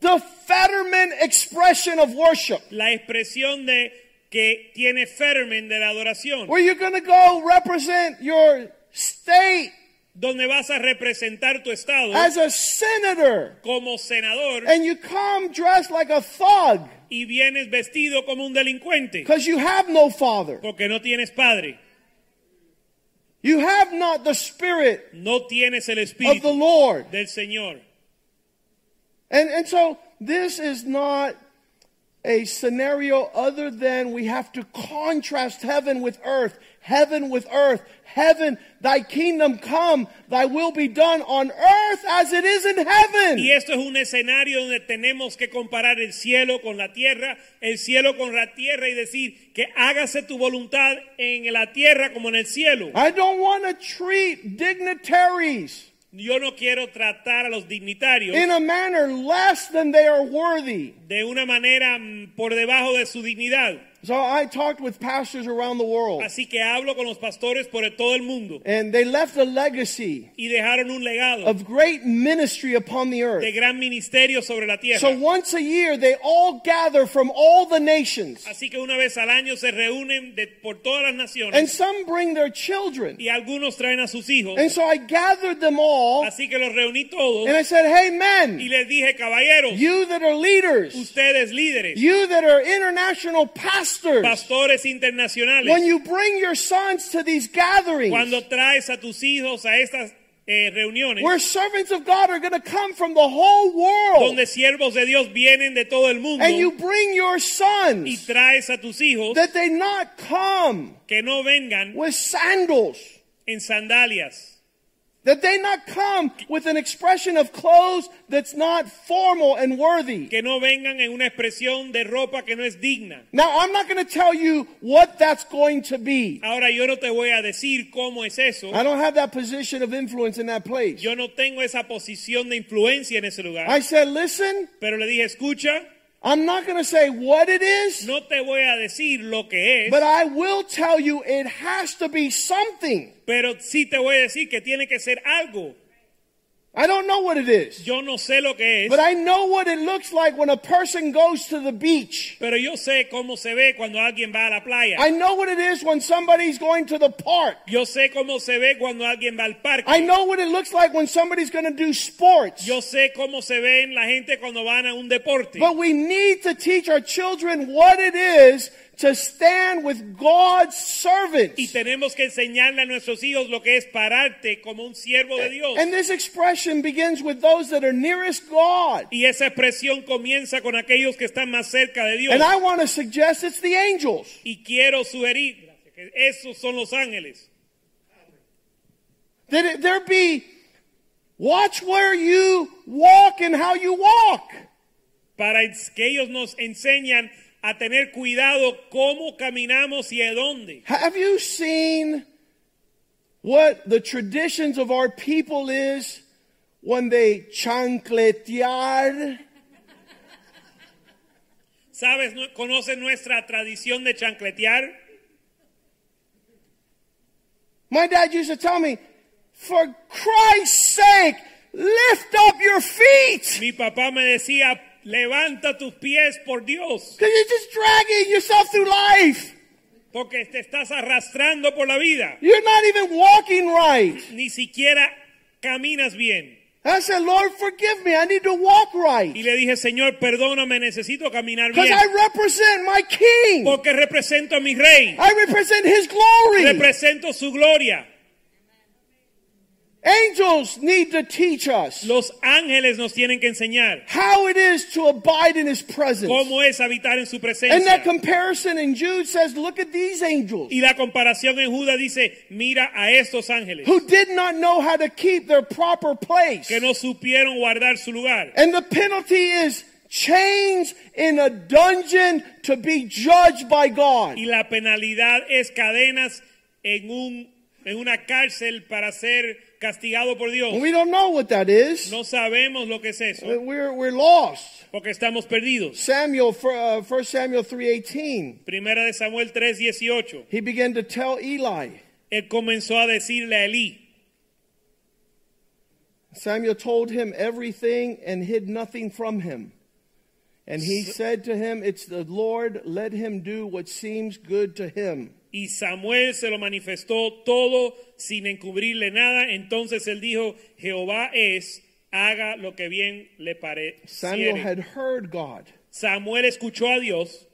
Speaker 3: the Fetterman expression of worship?
Speaker 2: la expresión de que tiene Fermen de la adoración?
Speaker 3: Where you're going to go represent your state
Speaker 2: Donde vas a representar tu estado
Speaker 3: as a senator
Speaker 2: como senador
Speaker 3: and you come dressed like a thug
Speaker 2: y vienes vestido como un delincuente
Speaker 3: because you have no father.
Speaker 2: porque no tienes padre,
Speaker 3: You have not the spirit
Speaker 2: no tienes el
Speaker 3: of the
Speaker 2: espíritu
Speaker 3: Lord.
Speaker 2: del Señor.
Speaker 3: And, and so this is not a scenario other than we have to contrast heaven with earth, heaven with earth, heaven, thy kingdom come, thy will be done on earth as it is in
Speaker 2: Y
Speaker 3: heaven.
Speaker 2: esto es un escenario donde tenemos que comparar el cielo con la tierra, el cielo con la tierra y decir que hágase tu voluntad en la tierra como en el cielo.
Speaker 3: I don't want to treat dignitaries
Speaker 2: Yo no quiero tratar a los dignitarios
Speaker 3: in a manner less than they are worthy.
Speaker 2: de una manera mm, por debajo de su dignidad.
Speaker 3: So I talked with pastors around the world
Speaker 2: Así que hablo con los pastores por todo el mundo
Speaker 3: and they left a legacy
Speaker 2: y dejaron un legado
Speaker 3: of great ministry upon the earth.
Speaker 2: de gran ministerio sobre la tierra.
Speaker 3: So once a year, they all gather from all the nations.
Speaker 2: Así que una vez al año se reúnen de- por todas las
Speaker 3: And
Speaker 2: naciones
Speaker 3: some bring their children.
Speaker 2: y algunos traen a sus hijos.
Speaker 3: And so I gathered them all
Speaker 2: Así que los reuní todos
Speaker 3: and I said, Hey,
Speaker 2: y
Speaker 3: men,
Speaker 2: les dije, caballeros,
Speaker 3: you that are leaders,
Speaker 2: ustedes líderes,
Speaker 3: you that are international pastors,
Speaker 2: pastores internacionales,
Speaker 3: when you bring your sons to these gatherings,
Speaker 2: cuando traes a tus hijos a estas eh, reuniones,
Speaker 3: where servants of God are going to come from the whole world,
Speaker 2: donde siervos de Dios vienen de todo el mundo,
Speaker 3: and you bring your
Speaker 2: y
Speaker 3: sons,
Speaker 2: traes a tus hijos
Speaker 3: that they not come
Speaker 2: que no vengan
Speaker 3: with sandals.
Speaker 2: en sandalias,
Speaker 3: That they not come with an expression of clothes that's not formal and worthy.
Speaker 2: que no vengan en una expresión de ropa que no es digna.
Speaker 3: Now, I'm not going to tell you what that's going to be.
Speaker 2: Ahora yo no te voy a decir cómo es eso.
Speaker 3: I don't have that position of influence in that place.
Speaker 2: Yo no tengo esa posición de influencia en ese lugar.
Speaker 3: I said, listen,
Speaker 2: Pero le dije, escucha,
Speaker 3: I'm not going to say what it is,
Speaker 2: no te voy a decir lo que es,
Speaker 3: but I will tell you it has to be something.
Speaker 2: pero sí te voy a decir que tiene que ser algo.
Speaker 3: I don't know what it is,
Speaker 2: Yo no sé lo que es,
Speaker 3: but I know what it looks like when a person goes to the beach.
Speaker 2: pero yo sé cómo se ve cuando alguien va a la playa.
Speaker 3: I know what it is when somebody's going to the park.
Speaker 2: Yo sé cómo se ve cuando alguien va al parque.
Speaker 3: I know what it looks like when somebody's going to do sports.
Speaker 2: Yo sé cómo se ven la gente cuando van a un deporte.
Speaker 3: But we need to teach our children what it is to stand with God's
Speaker 2: Y
Speaker 3: servants.
Speaker 2: tenemos que enseñarle a nuestros hijos lo que es pararte como un siervo de Dios.
Speaker 3: And this expression begins with those that are nearest God.
Speaker 2: Y esa expresión comienza con aquellos que están más cerca de Dios.
Speaker 3: And I want to suggest it's the angels.
Speaker 2: Y quiero sugerir que esos son los ángeles.
Speaker 3: That it, there be, watch where you walk and how you walk.
Speaker 2: Para ens- que ellos nos enseñan a tener cuidado cómo caminamos y a dónde.
Speaker 3: Have you seen what the traditions of our people is when they chancletear?
Speaker 2: ¿Sabes? no- ¿Conoces nuestra tradición de chancletear?
Speaker 3: My dad used to tell me, for Christ's sake, lift up your feet.
Speaker 2: Mi papá me decía, levanta tus pies por Dios,
Speaker 3: Because you're just dragging yourself through life.
Speaker 2: porque te estás arrastrando por la vida.
Speaker 3: You're not even walking right.
Speaker 2: Ni siquiera caminas bien.
Speaker 3: I said, Lord, forgive me. I need to walk
Speaker 2: Y
Speaker 3: right.
Speaker 2: le dije, Señor, perdóname, necesito caminar
Speaker 3: Because
Speaker 2: bien.
Speaker 3: I represent my king.
Speaker 2: Porque represento a mi rey.
Speaker 3: I represent his glory.
Speaker 2: Represento su gloria.
Speaker 3: Angels need to teach us
Speaker 2: Los ángeles nos tienen que enseñar
Speaker 3: how it is to abide in his presence.
Speaker 2: cómo es habitar en su
Speaker 3: And
Speaker 2: presencia.
Speaker 3: that comparison in Jude says, look at these angels
Speaker 2: Y la comparación en Judas dice, mira a estos ángeles
Speaker 3: who did not know how to keep their proper place.
Speaker 2: que no supieron guardar su lugar.
Speaker 3: And the penalty is chains in a dungeon to be judged by God.
Speaker 2: Y la penalidad es cadenas en, un, en una cárcel para ser castigado por Dios.
Speaker 3: And we don't know what that is.
Speaker 2: No sabemos lo que es eso,
Speaker 3: We're, we're lost.
Speaker 2: porque estamos perdidos.
Speaker 3: Samuel, fir- uh, 1 Samuel 3.18,
Speaker 2: Primera de Samuel 3:18.
Speaker 3: he began to tell Eli.
Speaker 2: Él comenzó a decirle a Elí,
Speaker 3: Samuel told him everything and hid nothing from him. And he said to him, It's the Lord, let him do what seems good to him.
Speaker 2: y Samuel se lo manifestó todo sin encubrirle nada. Entonces él dijo, Jehová es, haga lo que bien le
Speaker 3: Samuel
Speaker 2: parezca.
Speaker 3: had heard God.
Speaker 2: Samuel escuchó a Dios.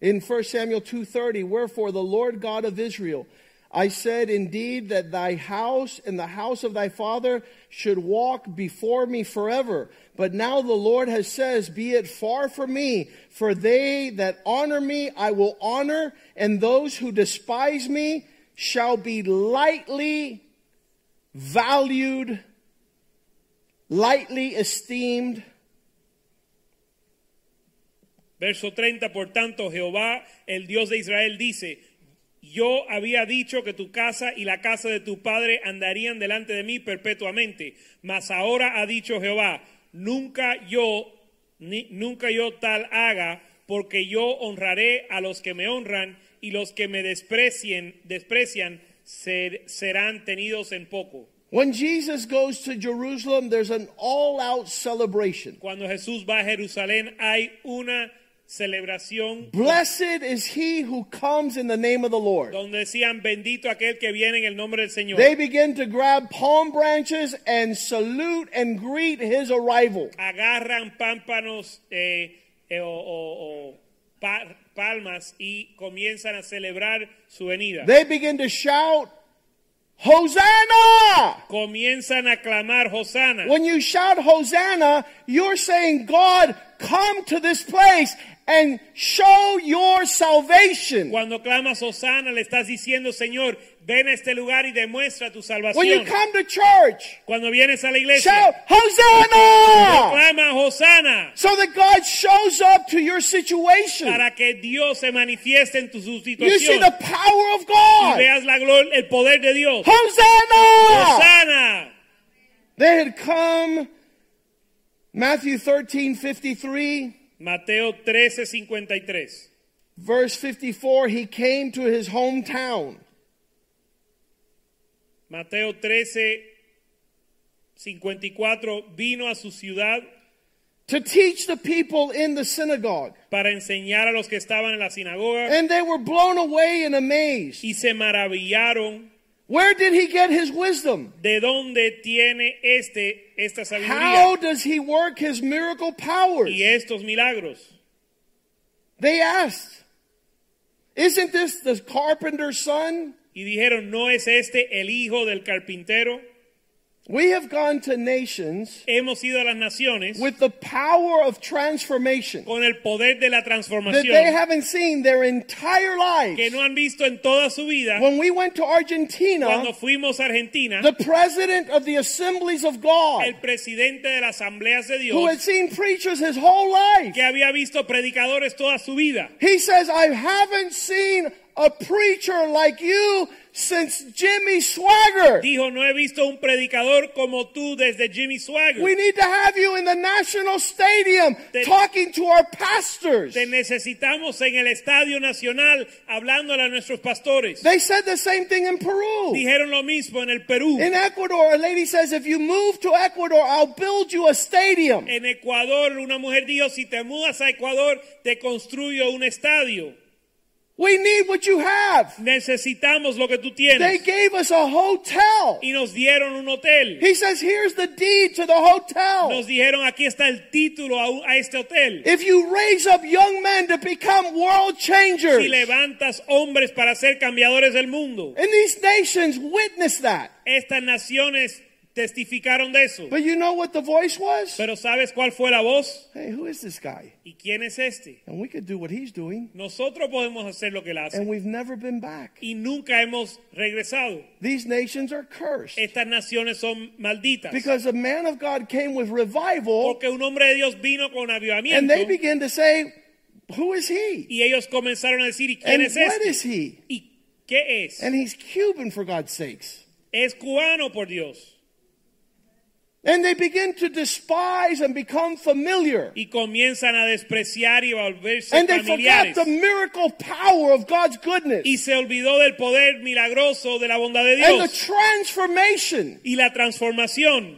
Speaker 3: In 1 Samuel 2:30, wherefore the Lord God of Israel, I said indeed that thy house and the house of thy father should walk before me forever. But now the Lord has says, be it far from me, for they that honor me I will honor, and those who despise me shall be lightly valued, lightly esteemed.
Speaker 2: Verso 30, por tanto, Jehová, el Dios de Israel, dice, yo había dicho que tu casa y la casa de tu padre andarían delante de mí perpetuamente, mas ahora ha dicho Jehová, nunca yo, ni- nunca yo tal haga, porque yo honraré a los que me honran y los que me desprecien, desprecian ser- serán tenidos en poco.
Speaker 3: When Jesus goes to Jerusalem, there's an all-out celebration.
Speaker 2: Cuando Jesús va a Jerusalén hay una celebración
Speaker 3: Blessed is he who comes in the name of the Lord.
Speaker 2: donde decían bendito aquel que viene en el nombre del Señor.
Speaker 3: They begin to grab palm branches and salute and greet his arrival.
Speaker 2: agarran pámpanos eh, eh, o, o- o pa- palmas y comienzan a celebrar su venida.
Speaker 3: They begin to shout, Hosanna!
Speaker 2: comienzan a clamar Hosana.
Speaker 3: When you shout Hosanna, you're saying, God, come to this place and show your salvation.
Speaker 2: Cuando clamas Hosana le estás diciendo, Señor, ven a este lugar y demuestra tu
Speaker 3: When you
Speaker 2: salvación.
Speaker 3: come to church,
Speaker 2: Cuando vienes a la
Speaker 3: shout
Speaker 2: iglesia,
Speaker 3: Hosanna!
Speaker 2: clama Hosana
Speaker 3: So that God shows up to your situation.
Speaker 2: para que Dios se manifieste en tu
Speaker 3: You see
Speaker 2: situación.
Speaker 3: the power
Speaker 2: Y
Speaker 3: of God.
Speaker 2: veas la gloria, el poder de Dios.
Speaker 3: Hosanna!
Speaker 2: Hosana.
Speaker 3: They had come, Matthew 13, 53,
Speaker 2: Mateo 13:53.
Speaker 3: verse 54, he came to his hometown.
Speaker 2: Mateo 13, 54, vino a su ciudad
Speaker 3: To teach the people in the synagogue.
Speaker 2: para enseñar a los que estaban en la sinagoga
Speaker 3: And they were blown away and amazed.
Speaker 2: y se maravillaron
Speaker 3: Where did he get his wisdom?
Speaker 2: de dónde tiene este esta
Speaker 3: How
Speaker 2: sabiduría
Speaker 3: does he work his miracle powers?
Speaker 2: y estos milagros.
Speaker 3: They asked, Isn't this the carpenter's son?
Speaker 2: Y dijeron, ¿no es este el hijo del carpintero?
Speaker 3: We have gone to nations
Speaker 2: Hemos ido a las naciones
Speaker 3: with the power of transformation.
Speaker 2: con el poder de la
Speaker 3: that they
Speaker 2: transformación
Speaker 3: haven't seen their entire lives.
Speaker 2: que no han visto en toda su vida.
Speaker 3: When we went to
Speaker 2: Cuando
Speaker 3: Argentina,
Speaker 2: fuimos a Argentina,
Speaker 3: the president of the Assemblies of God,
Speaker 2: el presidente de las asambleas de
Speaker 3: who
Speaker 2: Dios,
Speaker 3: had seen preachers his whole life,
Speaker 2: que había visto predicadores toda su vida,
Speaker 3: he says, I haven't seen a preacher like you since Jimmy Swagger.
Speaker 2: Dijo, no he visto un predicador como tú desde Jimmy Swagger.
Speaker 3: We need to have you in the national stadium
Speaker 2: Te-
Speaker 3: talking to our pastors.
Speaker 2: Te necesitamos en el Estadio Nacional hablándole a nuestros pastores.
Speaker 3: They said the same thing in Peru.
Speaker 2: Dijeron lo mismo en el Perú.
Speaker 3: In Ecuador, a lady says, if you move to Ecuador, I'll build you a stadium.
Speaker 2: En Ecuador, una mujer dijo, si te mudas a Ecuador, te construyo un estadio.
Speaker 3: We need what you have.
Speaker 2: Necesitamos lo que tú
Speaker 3: They
Speaker 2: tienes.
Speaker 3: gave us a hotel.
Speaker 2: Y nos dieron un hotel.
Speaker 3: He says, here's the deed to the hotel.
Speaker 2: Nos dijeron, aquí está el título a, un- a este hotel.
Speaker 3: If you raise up young men to become world changers,
Speaker 2: Si levantas hombres para ser cambiadores del mundo.
Speaker 3: and these nations witness that.
Speaker 2: Estas naciones testificaron de eso.
Speaker 3: But you know what the voice was?
Speaker 2: Pero ¿sabes cuál fue la voz?
Speaker 3: Hey, who is this guy?
Speaker 2: ¿Y quién es este?
Speaker 3: And we could do what he's doing.
Speaker 2: Nosotros podemos hacer lo que él hace.
Speaker 3: And we've never been back.
Speaker 2: Y nunca hemos regresado.
Speaker 3: These nations are cursed.
Speaker 2: Estas naciones son malditas.
Speaker 3: Because a man of God came with revival,
Speaker 2: Porque un hombre de Dios vino con
Speaker 3: and
Speaker 2: avivamiento.
Speaker 3: they began to say, Who is he?
Speaker 2: Y ellos comenzaron a decir, ¿y quién
Speaker 3: And
Speaker 2: es
Speaker 3: what
Speaker 2: este?
Speaker 3: is he?
Speaker 2: ¿Y qué es?
Speaker 3: And he's Cuban, for God's sakes.
Speaker 2: Es cubano, por Dios.
Speaker 3: And they begin to despise and become familiar.
Speaker 2: Y comienzan a despreciar y a volverse
Speaker 3: And they forgot
Speaker 2: familiares.
Speaker 3: the miracle power of God's goodness
Speaker 2: Y se olvidó del poder milagroso de la bondad de
Speaker 3: and the
Speaker 2: Dios.
Speaker 3: transformation.
Speaker 2: Y la transformación.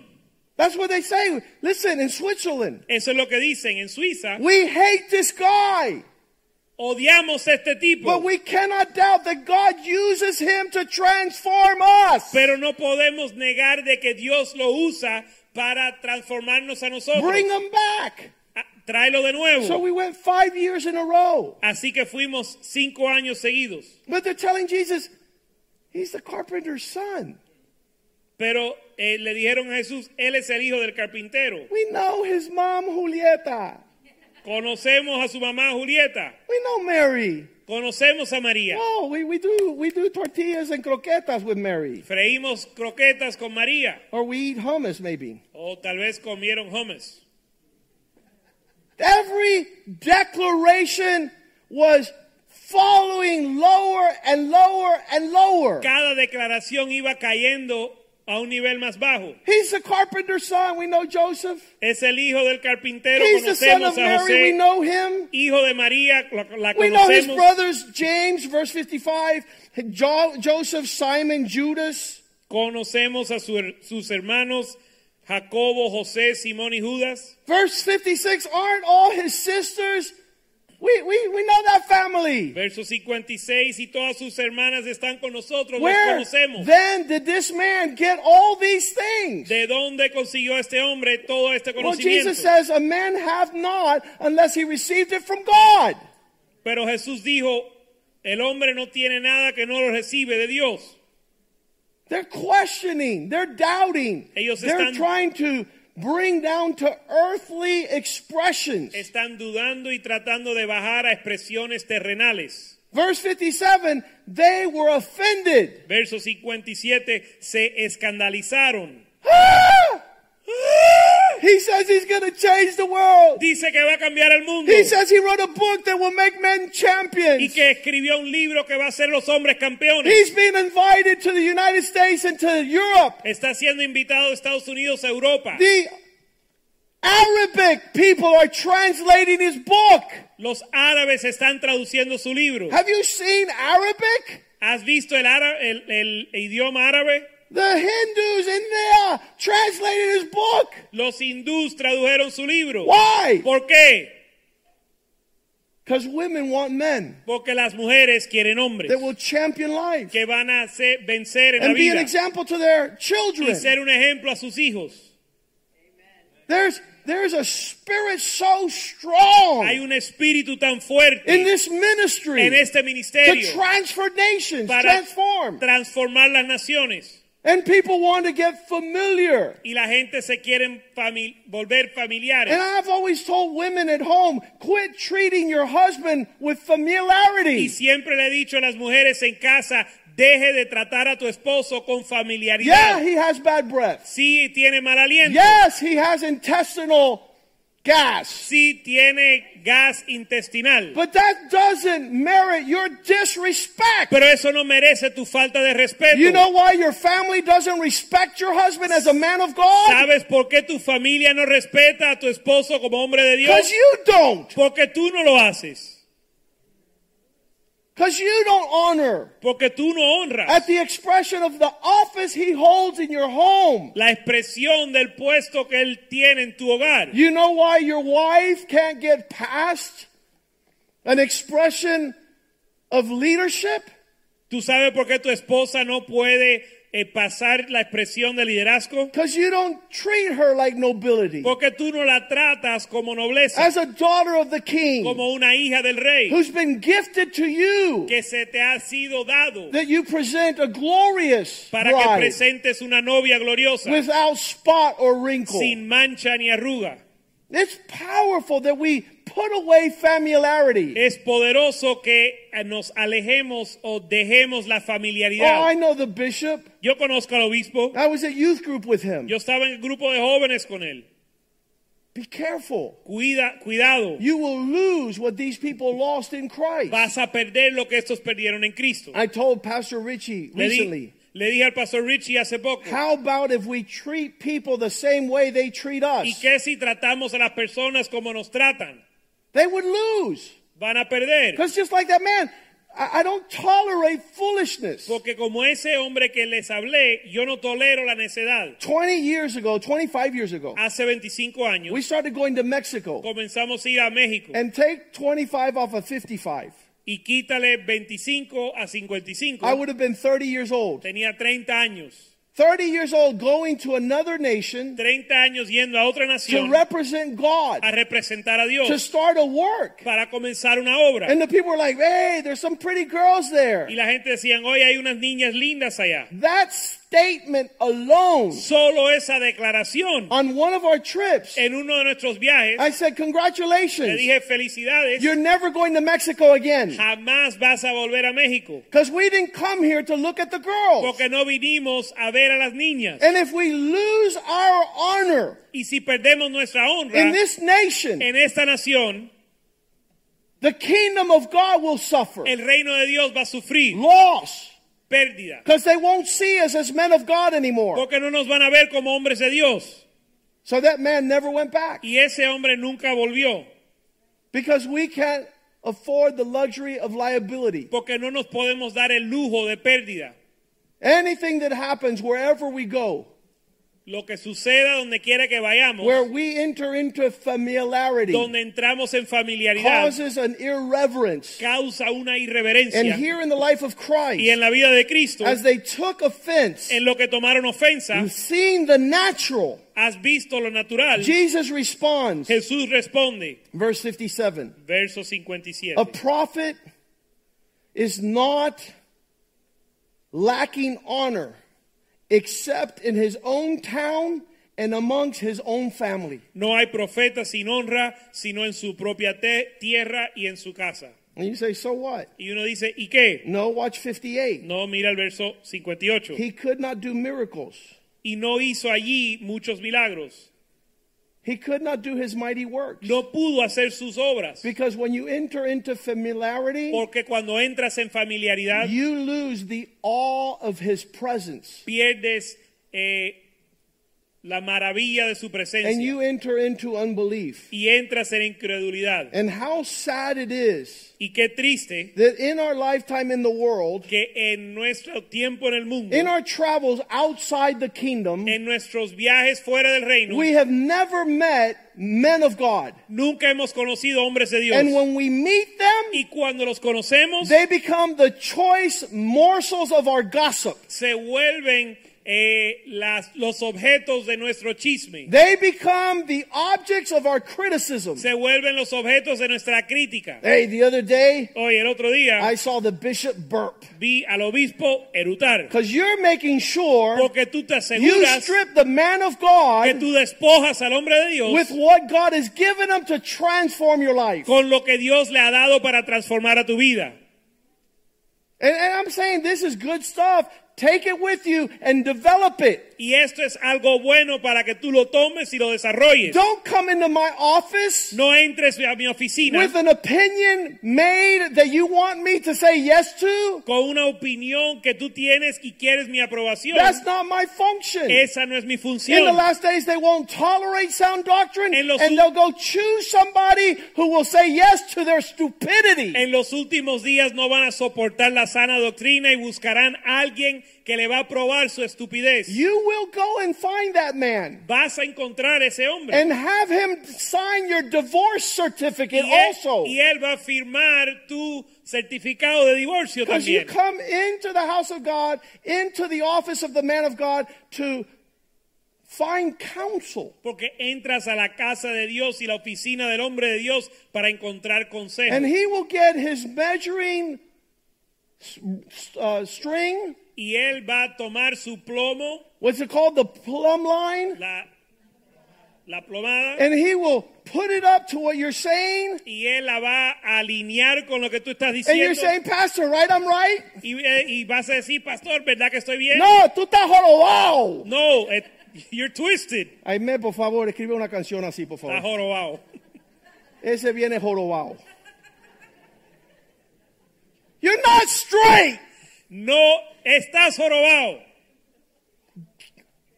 Speaker 3: That's what they say. Listen, in Switzerland,
Speaker 2: Eso es lo que dicen en Suiza.
Speaker 3: we hate this guy,
Speaker 2: Odiamos a este tipo.
Speaker 3: but we cannot doubt that God uses him to transform us,
Speaker 2: Pero no podemos negar de que Dios lo usa para transformarnos a nosotros.
Speaker 3: bring him back.
Speaker 2: Ah, Tráelo de nuevo.
Speaker 3: So we went five years in a row.
Speaker 2: Así que fuimos cinco años seguidos.
Speaker 3: But they're telling Jesus, he's the carpenter's son.
Speaker 2: Pero eh, le dijeron a Jesús, Él es el hijo del carpintero.
Speaker 3: We know his mom, Julieta.
Speaker 2: Conocemos a su mamá Julieta.
Speaker 3: We know Mary.
Speaker 2: Conocemos a María.
Speaker 3: Oh, we, we do we do tortillas and croquetas with Mary.
Speaker 2: Freímos croquetas con María.
Speaker 3: Or we eat hummus maybe.
Speaker 2: O tal vez comieron hummus.
Speaker 3: Every declaration was following lower and lower and lower.
Speaker 2: Cada declaración iba cayendo a un nivel más bajo.
Speaker 3: He's the carpenter's son, we know Joseph.
Speaker 2: Es el hijo del carpintero.
Speaker 3: He's the son of
Speaker 2: Conocemos a
Speaker 3: Mary, we
Speaker 2: José.
Speaker 3: know him.
Speaker 2: Hijo de María, la, la
Speaker 3: We know his
Speaker 2: conocemos.
Speaker 3: brothers, James, verse 55, jo- Joseph, Simon, Judas.
Speaker 2: Conocemos a su- sus hermanos Jacobo, José, Simón y Judas.
Speaker 3: Verse 56, aren't all his sisters? We, we, we know that family.
Speaker 2: Verso 56, y todas sus hermanas están con nosotros,
Speaker 3: Where
Speaker 2: los conocemos.
Speaker 3: then did this man get all these things?
Speaker 2: ¿De dónde consiguió este hombre todo este
Speaker 3: Well,
Speaker 2: conocimiento?
Speaker 3: Jesus says, a man have not unless he received it from God.
Speaker 2: Pero Jesús dijo, el hombre no tiene nada que no lo recibe de Dios.
Speaker 3: They're questioning, they're doubting,
Speaker 2: Ellos
Speaker 3: they're
Speaker 2: están-
Speaker 3: trying to bring down to earthly expressions.
Speaker 2: Están dudando y tratando de bajar a expresiones terrenales.
Speaker 3: Verse 57, they were offended.
Speaker 2: Verso 57, se escandalizaron. Ah!
Speaker 3: He says he's going to change the world.
Speaker 2: Dice que va a cambiar el mundo
Speaker 3: He says he wrote a book that will make men
Speaker 2: y
Speaker 3: champions.
Speaker 2: que escribió un libro que va a hacer los hombres campeones.
Speaker 3: He's been invited to the United States and to Europe.
Speaker 2: Está siendo invitado a Estados Unidos, a Europa.
Speaker 3: The Arabic people are translating his book.
Speaker 2: Los árabes están traduciendo su libro.
Speaker 3: Have you seen Arabic?
Speaker 2: ¿Has visto el, ára- el- el idioma árabe?
Speaker 3: The Hindus in there translated his book.
Speaker 2: Los hindús tradujeron su libro.
Speaker 3: Why?
Speaker 2: ¿Por qué?
Speaker 3: Because women want men
Speaker 2: Porque las mujeres quieren hombres
Speaker 3: that will champion life
Speaker 2: que van a se- vencer en la
Speaker 3: and be an
Speaker 2: vida
Speaker 3: example to their
Speaker 2: y
Speaker 3: children.
Speaker 2: ser un ejemplo a sus hijos.
Speaker 3: There's there's a spirit so strong
Speaker 2: Hay
Speaker 3: in
Speaker 2: un espíritu tan fuerte
Speaker 3: this ministry
Speaker 2: en este
Speaker 3: to
Speaker 2: ministerio
Speaker 3: transfer nations,
Speaker 2: para
Speaker 3: transform.
Speaker 2: transformar las naciones.
Speaker 3: And people want to get familiar.
Speaker 2: Y la gente se quiere fami- volver familiares.
Speaker 3: And I've always told women at home, quit treating your husband with
Speaker 2: Y
Speaker 3: familiarity.
Speaker 2: siempre le he dicho a las mujeres en casa, deje de tratar a tu esposo con
Speaker 3: Yeah,
Speaker 2: familiaridad.
Speaker 3: he has bad breath.
Speaker 2: Si tiene mal aliento,
Speaker 3: Yes, he has intestinal gas.
Speaker 2: si tiene gas intestinal.
Speaker 3: But that doesn't merit your disrespect.
Speaker 2: Pero eso no merece tu falta de respeto.
Speaker 3: You know why your family doesn't respect your husband as a man of God?
Speaker 2: ¿Sabes por qué tu familia no respeta a tu esposo como hombre de
Speaker 3: Because
Speaker 2: Dios?
Speaker 3: you don't.
Speaker 2: Porque tú no lo haces.
Speaker 3: Because you don't honor
Speaker 2: Porque tú no honras
Speaker 3: at the expression of the office he holds in your home.
Speaker 2: la expresión del puesto que él tiene en tu hogar.
Speaker 3: You know why your wife can't get past an expression of leadership?
Speaker 2: ¿Tú sabes por qué tu esposa no puede eh, pasar la expresión de liderazgo?
Speaker 3: Because you don't treat her like nobility.
Speaker 2: Porque tú no la tratas como nobleza,
Speaker 3: As a daughter of the king
Speaker 2: como una hija del rey,
Speaker 3: who's been gifted to you,
Speaker 2: que se te ha sido dado
Speaker 3: that you present a glorious
Speaker 2: para que
Speaker 3: bride
Speaker 2: presentes una novia gloriosa,
Speaker 3: without spot or wrinkle.
Speaker 2: sin mancha ni arruga.
Speaker 3: It's powerful that we put away familiarity.
Speaker 2: Es poderoso que eh, nos alejemos o dejemos la
Speaker 3: Oh, I
Speaker 2: familiaridad.
Speaker 3: know the bishop.
Speaker 2: Yo conozco al obispo,
Speaker 3: I was at youth group with him.
Speaker 2: yo estaba en el grupo de jóvenes con él.
Speaker 3: Be careful.
Speaker 2: Cuida, cuidado,
Speaker 3: You will lose what these people lost in Christ.
Speaker 2: vas a perder lo que estos perdieron en Cristo.
Speaker 3: I told Pastor Richie
Speaker 2: Le, di-
Speaker 3: recently,
Speaker 2: le dije al pastor Richie hace poco,
Speaker 3: how about if we treat people the same way they treat
Speaker 2: ¿y
Speaker 3: us?
Speaker 2: qué si tratamos a las personas como nos tratan?
Speaker 3: They would lose.
Speaker 2: Van a perder.
Speaker 3: Because just like that man, I, I don't tolerate foolishness.
Speaker 2: Porque como ese hombre que les hablé, yo no tolero la necedad.
Speaker 3: 20 years ago, 25 years ago,
Speaker 2: Hace 25 años
Speaker 3: we started going to Mexico.
Speaker 2: comenzamos a ir a México
Speaker 3: And take 25 off of 55.
Speaker 2: y quítale 25 a 55.
Speaker 3: I would have been 30 years old.
Speaker 2: Tenía 30 años.
Speaker 3: 30 years old going to another nation
Speaker 2: 30 años yendo a otra
Speaker 3: to
Speaker 2: nación
Speaker 3: represent God,
Speaker 2: a representar a
Speaker 3: to
Speaker 2: Dios
Speaker 3: start a work.
Speaker 2: para comenzar una obra.
Speaker 3: And the people were like, hey, there's some pretty girls there.
Speaker 2: Y la gente decía, hoy hay unas niñas lindas allá.
Speaker 3: That statement alone
Speaker 2: Solo esa declaración
Speaker 3: on one of our trips,
Speaker 2: en uno de nuestros viajes
Speaker 3: I said,
Speaker 2: le
Speaker 3: congratulations.
Speaker 2: dije felicidades.
Speaker 3: You're never going to Mexico again.
Speaker 2: Jamás vas a volver a México
Speaker 3: Because we didn't come here to look at the girls.
Speaker 2: porque no vinimos a ver a las niñas.
Speaker 3: And if we lose our honor
Speaker 2: Y si perdemos nuestra honra
Speaker 3: in this nation,
Speaker 2: en esta nación,
Speaker 3: the kingdom of God will suffer.
Speaker 2: el reino de Dios va a sufrir
Speaker 3: Loss.
Speaker 2: pérdida
Speaker 3: Because they won't see us as men of God anymore.
Speaker 2: porque no nos van a ver como hombres de Dios.
Speaker 3: So that man never went back.
Speaker 2: Y ese hombre nunca volvió
Speaker 3: Because we can't afford the luxury of liability.
Speaker 2: porque no nos podemos dar el lujo de pérdida.
Speaker 3: Anything that happens wherever we go,
Speaker 2: Lo que suceda donde quiera que vayamos,
Speaker 3: where we enter into familiarity,
Speaker 2: donde entramos en familiaridad,
Speaker 3: causes an irreverence.
Speaker 2: causa una
Speaker 3: And
Speaker 2: irreverencia.
Speaker 3: here in the life
Speaker 2: Y
Speaker 3: of
Speaker 2: en
Speaker 3: Christ,
Speaker 2: la vida de Cristo,
Speaker 3: as they took offense,
Speaker 2: en lo que tomaron ofensa,
Speaker 3: seeing the natural,
Speaker 2: has visto lo natural.
Speaker 3: Jesus responds,
Speaker 2: Jesús responde,
Speaker 3: verse 57.
Speaker 2: verso 57.
Speaker 3: A prophet is not lacking honor except in his own town and amongst his own family.
Speaker 2: No hay profeta sin honra, sino en su propia te- tierra y en su casa.
Speaker 3: And you say, so what?
Speaker 2: Y uno dice, ¿y qué?
Speaker 3: No, watch 58.
Speaker 2: No, mira el verso 58.
Speaker 3: He could not do miracles.
Speaker 2: Y no hizo allí muchos milagros.
Speaker 3: He could not do his mighty works.
Speaker 2: No pudo hacer sus obras.
Speaker 3: Because when you enter into familiarity,
Speaker 2: Porque cuando entras en familiaridad,
Speaker 3: you lose the awe of his presence.
Speaker 2: pierdes eh, la maravilla de su
Speaker 3: And
Speaker 2: presencia.
Speaker 3: you enter into unbelief.
Speaker 2: Y entras en incredulidad.
Speaker 3: And how sad it is
Speaker 2: Y qué triste
Speaker 3: that in our lifetime in the world,
Speaker 2: que en nuestro tiempo en el mundo,
Speaker 3: In our travels outside the kingdom,
Speaker 2: en nuestros viajes fuera del reino,
Speaker 3: we have never met men of God.
Speaker 2: nunca hemos conocido hombres de Dios.
Speaker 3: And when we meet them,
Speaker 2: y cuando los conocemos,
Speaker 3: they become the choice morsels of our gossip.
Speaker 2: se vuelven eh, las- los objetos de nuestro chisme.
Speaker 3: They become the objects of our criticism.
Speaker 2: se vuelven los objetos de nuestra crítica.
Speaker 3: Hey, the other day,
Speaker 2: Hoy, el otro día,
Speaker 3: I saw the bishop burp.
Speaker 2: vi al obispo erutar.
Speaker 3: Because you're making sure
Speaker 2: Porque tú te
Speaker 3: you
Speaker 2: aseguras
Speaker 3: strip the man of
Speaker 2: que
Speaker 3: God
Speaker 2: tú despojas al hombre de Dios
Speaker 3: with what God has given him to transform your life. And,
Speaker 2: con lo que Dios le ha dado para transformar a tu vida.
Speaker 3: and I'm saying this is good stuff. Take it with you and develop it.
Speaker 2: Y esto es algo bueno para que tú lo tomes y lo desarrolles.
Speaker 3: Don't come into my office
Speaker 2: No entres a mi oficina
Speaker 3: with an opinion made that you want me to say yes to.
Speaker 2: con una opinión que tú tienes y quieres mi aprobación.
Speaker 3: That's not my function.
Speaker 2: Esa no es mi
Speaker 3: In the
Speaker 2: función.
Speaker 3: last days, they won't tolerate sound doctrine,
Speaker 2: En los
Speaker 3: and
Speaker 2: ul-
Speaker 3: they'll go choose somebody who will say yes to their stupidity.
Speaker 2: En los últimos días no van a soportar la sana doctrina y buscarán a alguien que le va a probar su estupidez.
Speaker 3: You will go and find that man
Speaker 2: Vas a encontrar ese hombre.
Speaker 3: and have him sign your divorce certificate
Speaker 2: y, él,
Speaker 3: also.
Speaker 2: y él va a firmar tu certificado de divorcio
Speaker 3: Because you
Speaker 2: también.
Speaker 3: come into the house of God, into the office of the man of God to find counsel.
Speaker 2: Porque entras a la casa de Dios y la oficina del hombre de Dios para encontrar consejo.
Speaker 3: And he will get his measuring uh, string,
Speaker 2: y él va a tomar su plomo,
Speaker 3: what's it called? The plumb line.
Speaker 2: la, la plomada,
Speaker 3: And he will put it up to what you're saying.
Speaker 2: y él la va a alinear con lo que tú estás
Speaker 3: And
Speaker 2: diciendo.
Speaker 3: you're saying, Pastor, right? I'm right?
Speaker 2: y, eh, y vas a decir, pastor, ¿verdad que estoy bien?
Speaker 3: No, tú estás jorobado.
Speaker 2: No, eh, you're twisted.
Speaker 3: Aime, por favor, escribe una canción así, por
Speaker 2: Está
Speaker 3: favor.
Speaker 2: jorobado.
Speaker 3: Ese viene jorobado. You're not straight.
Speaker 2: No, estás jorobado.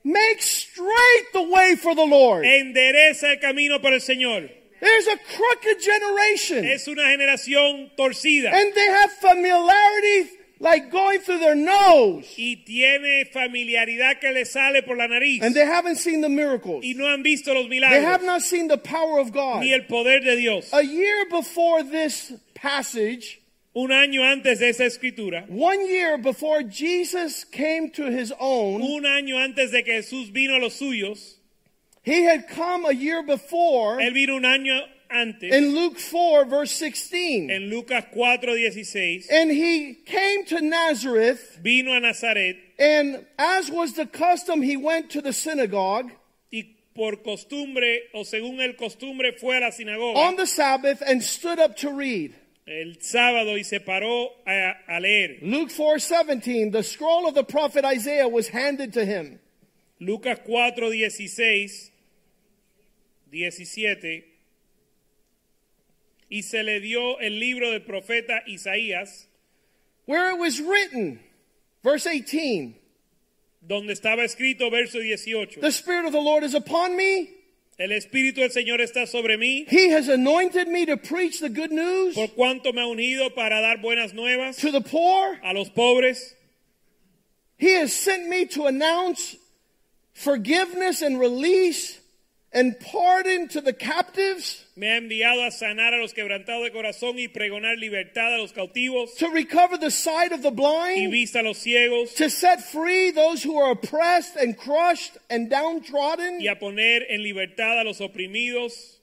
Speaker 3: Make straight the way for the Lord.
Speaker 2: Endereza el camino para el Señor.
Speaker 3: There's a crooked generation,
Speaker 2: Es una generación torcida.
Speaker 3: and they have familiarity like going through their nose,
Speaker 2: y tiene familiaridad que le sale por la nariz.
Speaker 3: and they haven't seen the miracles.
Speaker 2: y no han visto los
Speaker 3: They
Speaker 2: milagros
Speaker 3: have not seen the power of God.
Speaker 2: ni el poder de Dios.
Speaker 3: A year before this passage,
Speaker 2: Un año antes de esa escritura,
Speaker 3: one year before Jesus came to his own,
Speaker 2: un año antes de que Jesús vino a los suyos,
Speaker 3: he had come a year before
Speaker 2: él vino un año antes
Speaker 3: in Luke 4, verse 16.
Speaker 2: en Lucas 4:16,
Speaker 3: And he came to Nazareth.
Speaker 2: vino a Nazaret
Speaker 3: And as was the custom, he went to the synagogue
Speaker 2: y por costumbre o según el costumbre fue a la sinagoga
Speaker 3: on the Sabbath and stood up to read.
Speaker 2: el sábado y se paró a, a leer.
Speaker 3: Luke 4:17, the scroll of the prophet Isaiah was handed to him.
Speaker 2: Lucas 4:16 17 y se le dio el libro del profeta Isaías
Speaker 3: Where it was written, verse 18,
Speaker 2: donde estaba escrito verso 18
Speaker 3: the spirit of the Lord is upon me.
Speaker 2: El Espíritu del Señor está sobre mí,
Speaker 3: He has anointed me to preach the good news
Speaker 2: por cuanto me ha unido para dar buenas nuevas
Speaker 3: to the poor.
Speaker 2: a los pobres.
Speaker 3: He has sent me to announce forgiveness and release and pardon to the captives,
Speaker 2: Me ha enviado a sanar a los quebrantados de corazón y pregonar libertad a los cautivos
Speaker 3: to recover the sight of the
Speaker 2: y
Speaker 3: blind.
Speaker 2: vista a los ciegos
Speaker 3: to set free those who are oppressed and crushed and downtrodden,
Speaker 2: y a poner en libertad a los oprimidos,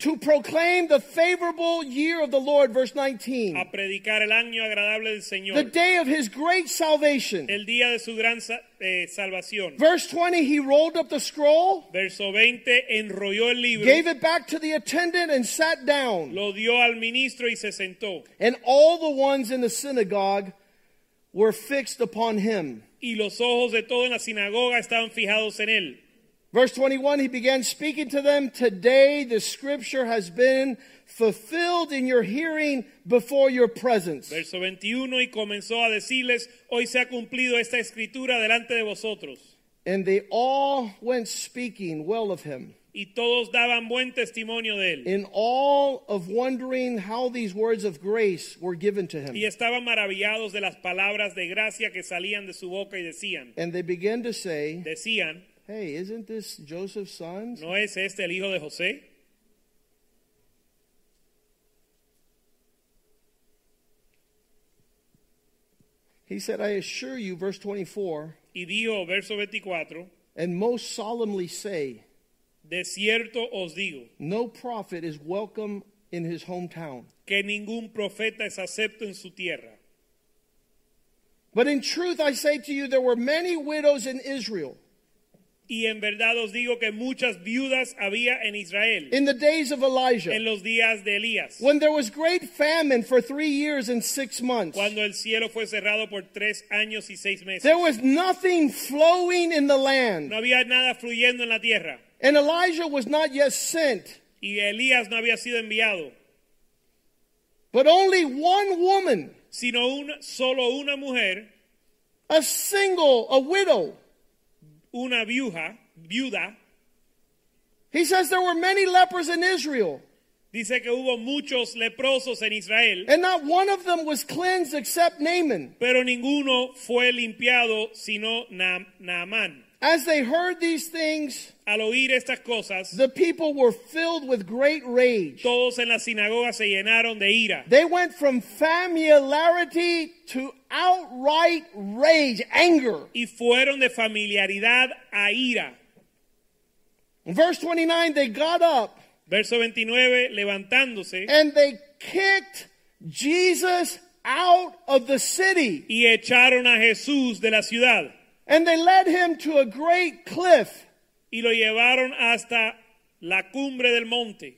Speaker 3: to proclaim the favorable year of the Lord, verse
Speaker 2: a
Speaker 3: 19,
Speaker 2: predicar el año agradable del
Speaker 3: the
Speaker 2: Señor,
Speaker 3: day of his great salvation.
Speaker 2: el día de su gran sa- eh, salvación.
Speaker 3: Verse 20, he rolled up the scroll,
Speaker 2: Verso 20, enrolló el libro,
Speaker 3: gave it back to the attendant, and sat down.
Speaker 2: lo dio al ministro y se sentó.
Speaker 3: And all the ones in the synagogue were fixed upon him.
Speaker 2: Y los ojos de todos en la sinagoga estaban fijados en él.
Speaker 3: Verse 21, he began speaking to them, Today the scripture has been fulfilled in your hearing before your presence.
Speaker 2: Verso 21 y comenzó a decirles, hoy se ha cumplido esta escritura delante de vosotros.
Speaker 3: And they all went speaking well of him,
Speaker 2: Y todos daban buen testimonio de él.
Speaker 3: in all of wondering how these words of grace were given to him.
Speaker 2: Y estaban maravillados de las palabras de gracia que salían de su boca y decían,
Speaker 3: And they began to say,
Speaker 2: decían,
Speaker 3: Hey, isn't this Joseph's son?
Speaker 2: ¿no es este el hijo de José?
Speaker 3: He said, I assure you, verse 24,
Speaker 2: Y dijo, verso 24,
Speaker 3: and most solemnly say,
Speaker 2: de cierto os digo
Speaker 3: No prophet is welcome in his hometown.
Speaker 2: que ningún profeta es acepto en su tierra.
Speaker 3: But in truth, I say to you, there were many widows in Israel
Speaker 2: Y en verdad os digo que muchas viudas había en Israel
Speaker 3: in the days of
Speaker 2: en
Speaker 3: Elijah,
Speaker 2: los días de Elías,
Speaker 3: when there was great famine for three years and six months.
Speaker 2: cuando el cielo fue cerrado por tres años y seis meses.
Speaker 3: There was nothing flowing in the land,
Speaker 2: No había nada fluyendo en la tierra.
Speaker 3: and Elijah was not yet sent,
Speaker 2: Y Elías no había sido enviado,
Speaker 3: but only one woman,
Speaker 2: sino una, solo una mujer,
Speaker 3: a single, a widow.
Speaker 2: una viuja, viuda.
Speaker 3: He says there were many lepers in Israel,
Speaker 2: Dice que hubo muchos leprosos en Israel,
Speaker 3: and not one of them was cleansed except Naaman.
Speaker 2: pero ninguno fue limpiado sino Na- Naamán.
Speaker 3: As they heard these things,
Speaker 2: Al oír estas cosas,
Speaker 3: the people were filled with great rage.
Speaker 2: todos en la sinagoga se llenaron de ira.
Speaker 3: They went from familiarity to outright rage, anger.
Speaker 2: y fueron de familiaridad a ira.
Speaker 3: In verse 29, they got up
Speaker 2: Verso 29, levantándose
Speaker 3: and they kicked Jesus out of the city.
Speaker 2: y echaron a Jesús de la ciudad
Speaker 3: And they led him to a great cliff,
Speaker 2: y lo llevaron hasta la cumbre del monte,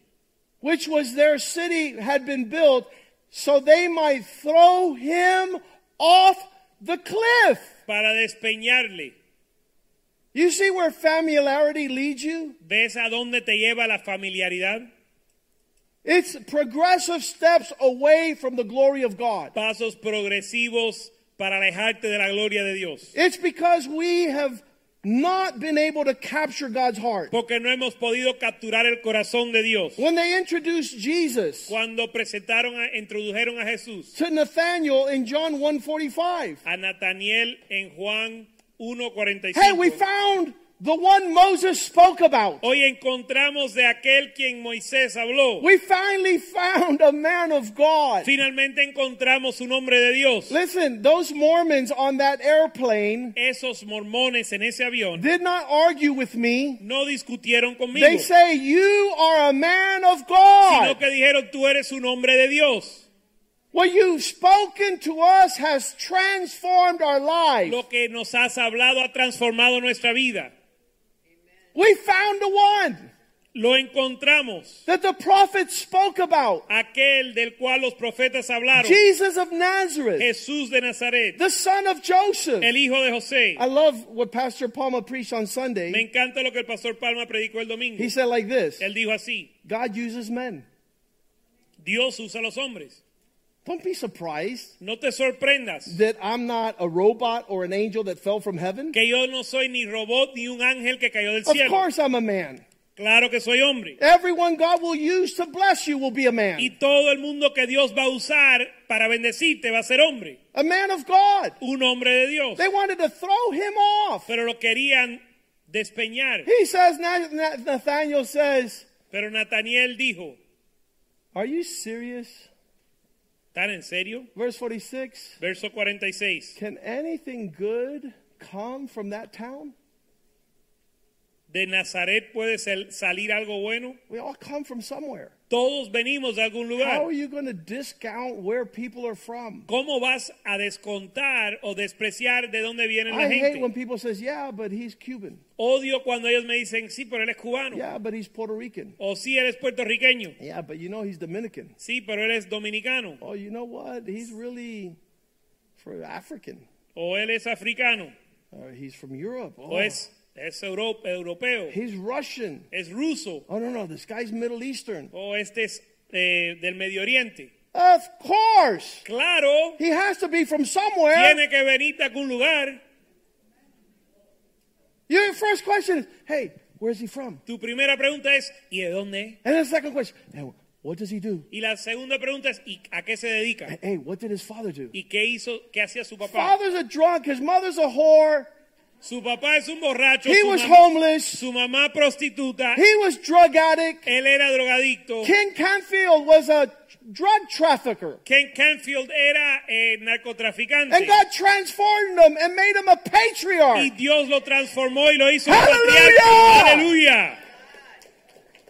Speaker 3: which was their city had been built, so they might throw him off the cliff.
Speaker 2: para despeñarle.
Speaker 3: You see where familiarity leads you?
Speaker 2: ¿Ves a dónde te lleva la familiaridad?
Speaker 3: It's progressive steps away from the glory of God.
Speaker 2: Pasos progresivos para alejarte de la gloria de Dios.
Speaker 3: It's because we have not been able to capture God's heart.
Speaker 2: Porque no hemos podido capturar el corazón de Dios.
Speaker 3: When they introduced Jesus
Speaker 2: Cuando presentaron, a- introdujeron a Jesús,
Speaker 3: to Nathanael in John 1:45,
Speaker 2: a Nataniel en Juan 1.45.
Speaker 3: hey, we found the one Moses spoke about.
Speaker 2: Hoy encontramos de aquel quien Moisés habló.
Speaker 3: We finally found a man of God.
Speaker 2: Finalmente encontramos un hombre de Dios.
Speaker 3: Listen, those Mormons on that airplane
Speaker 2: Esos mormones en ese avión
Speaker 3: did not argue with me.
Speaker 2: no discutieron conmigo,
Speaker 3: They say, You are a man of
Speaker 2: sino
Speaker 3: God.
Speaker 2: que dijeron, tú eres un hombre de Dios.
Speaker 3: What you've spoken to us has transformed our lives.
Speaker 2: Lo que nos has hablado ha transformado nuestra vida.
Speaker 3: We found the one
Speaker 2: Lo encontramos,
Speaker 3: that the prophets spoke about
Speaker 2: aquel del cual los profetas hablaron,
Speaker 3: Jesus of Nazareth,
Speaker 2: Jesús de Nazaret,
Speaker 3: the son of Joseph.
Speaker 2: el hijo de José.
Speaker 3: I love what Pastor Palma preached on
Speaker 2: Me
Speaker 3: Sunday.
Speaker 2: encanta lo que el pastor Palma predicó el domingo.
Speaker 3: He said, like this
Speaker 2: Él dijo así,
Speaker 3: God uses men.
Speaker 2: Dios usa a los hombres.
Speaker 3: Don't be surprised
Speaker 2: No te sorprendas.
Speaker 3: that I'm not a robot or an angel that fell from heaven.
Speaker 2: que yo no soy ni robot ni un ángel que cayó del
Speaker 3: Of
Speaker 2: cielo.
Speaker 3: course, I'm a man.
Speaker 2: Claro que soy hombre.
Speaker 3: Everyone God will use to bless you will be a man.
Speaker 2: Y todo el mundo que Dios va a usar para bendecirte va a ser hombre,
Speaker 3: A man of God.
Speaker 2: un hombre de Dios.
Speaker 3: They wanted to throw him off.
Speaker 2: Pero lo querían despeñar.
Speaker 3: He says, Na- Na- Nathaniel says,
Speaker 2: Pero Nataniel dijo,
Speaker 3: Are you serious?
Speaker 2: ¿tan en serio?
Speaker 3: Verse 46
Speaker 2: Verso 46.
Speaker 3: Can anything good come from that town?
Speaker 2: ¿De Nazaret puede sal- salir algo bueno?
Speaker 3: We all come from somewhere.
Speaker 2: Todos venimos de algún lugar.
Speaker 3: How are you going to discount where people are from?
Speaker 2: ¿Cómo vas a descontar o despreciar de dónde viene
Speaker 3: I
Speaker 2: la
Speaker 3: hate when
Speaker 2: gente?
Speaker 3: people says, "Yeah, but he's Cuban.
Speaker 2: Odio cuando ellos me dicen, sí, pero él es cubano.
Speaker 3: Yeah, but he's Puerto Rican.
Speaker 2: O sí, eres puertorriqueño.
Speaker 3: Yeah, but you know he's Dominican.
Speaker 2: Sí, pero eres dominicano
Speaker 3: Oh, you know what? He's really for African.
Speaker 2: o él es africano
Speaker 3: Or he's from Europe. Oh,
Speaker 2: o es, es euro- europeo,
Speaker 3: he's Russian.
Speaker 2: es ruso
Speaker 3: Oh no, no, this guy's Middle Eastern.
Speaker 2: o este es eh, del Medio Oriente.
Speaker 3: Of course,
Speaker 2: Claro,
Speaker 3: he has to be from somewhere.
Speaker 2: tiene que venir de algún lugar.
Speaker 3: Your first question is, "Hey, where's he from?"
Speaker 2: Tu primera pregunta es ¿y de dónde? es?
Speaker 3: And the second question, "Hey, what does he do?
Speaker 2: Y la segunda pregunta es ¿y a qué se dedica?
Speaker 3: Hey, what did his father do?"
Speaker 2: ¿Y qué hizo? ¿Qué hacía su papá?
Speaker 3: Father's a drunk. His mother's a whore.
Speaker 2: Su papá es un borracho.
Speaker 3: He
Speaker 2: su,
Speaker 3: was
Speaker 2: mamá,
Speaker 3: homeless.
Speaker 2: su mamá prostituta.
Speaker 3: He was drug addict.
Speaker 2: Él era drogadicto.
Speaker 3: Ken Canfield was a drug trafficker
Speaker 2: Ken Canfield era eh, narcotraficante.
Speaker 3: and God transformed him and made him a
Speaker 2: Y
Speaker 3: patriarch.
Speaker 2: Dios lo transformó y lo hizo un
Speaker 3: ¡Aleluya!
Speaker 2: patriarca. ¡Aleluya!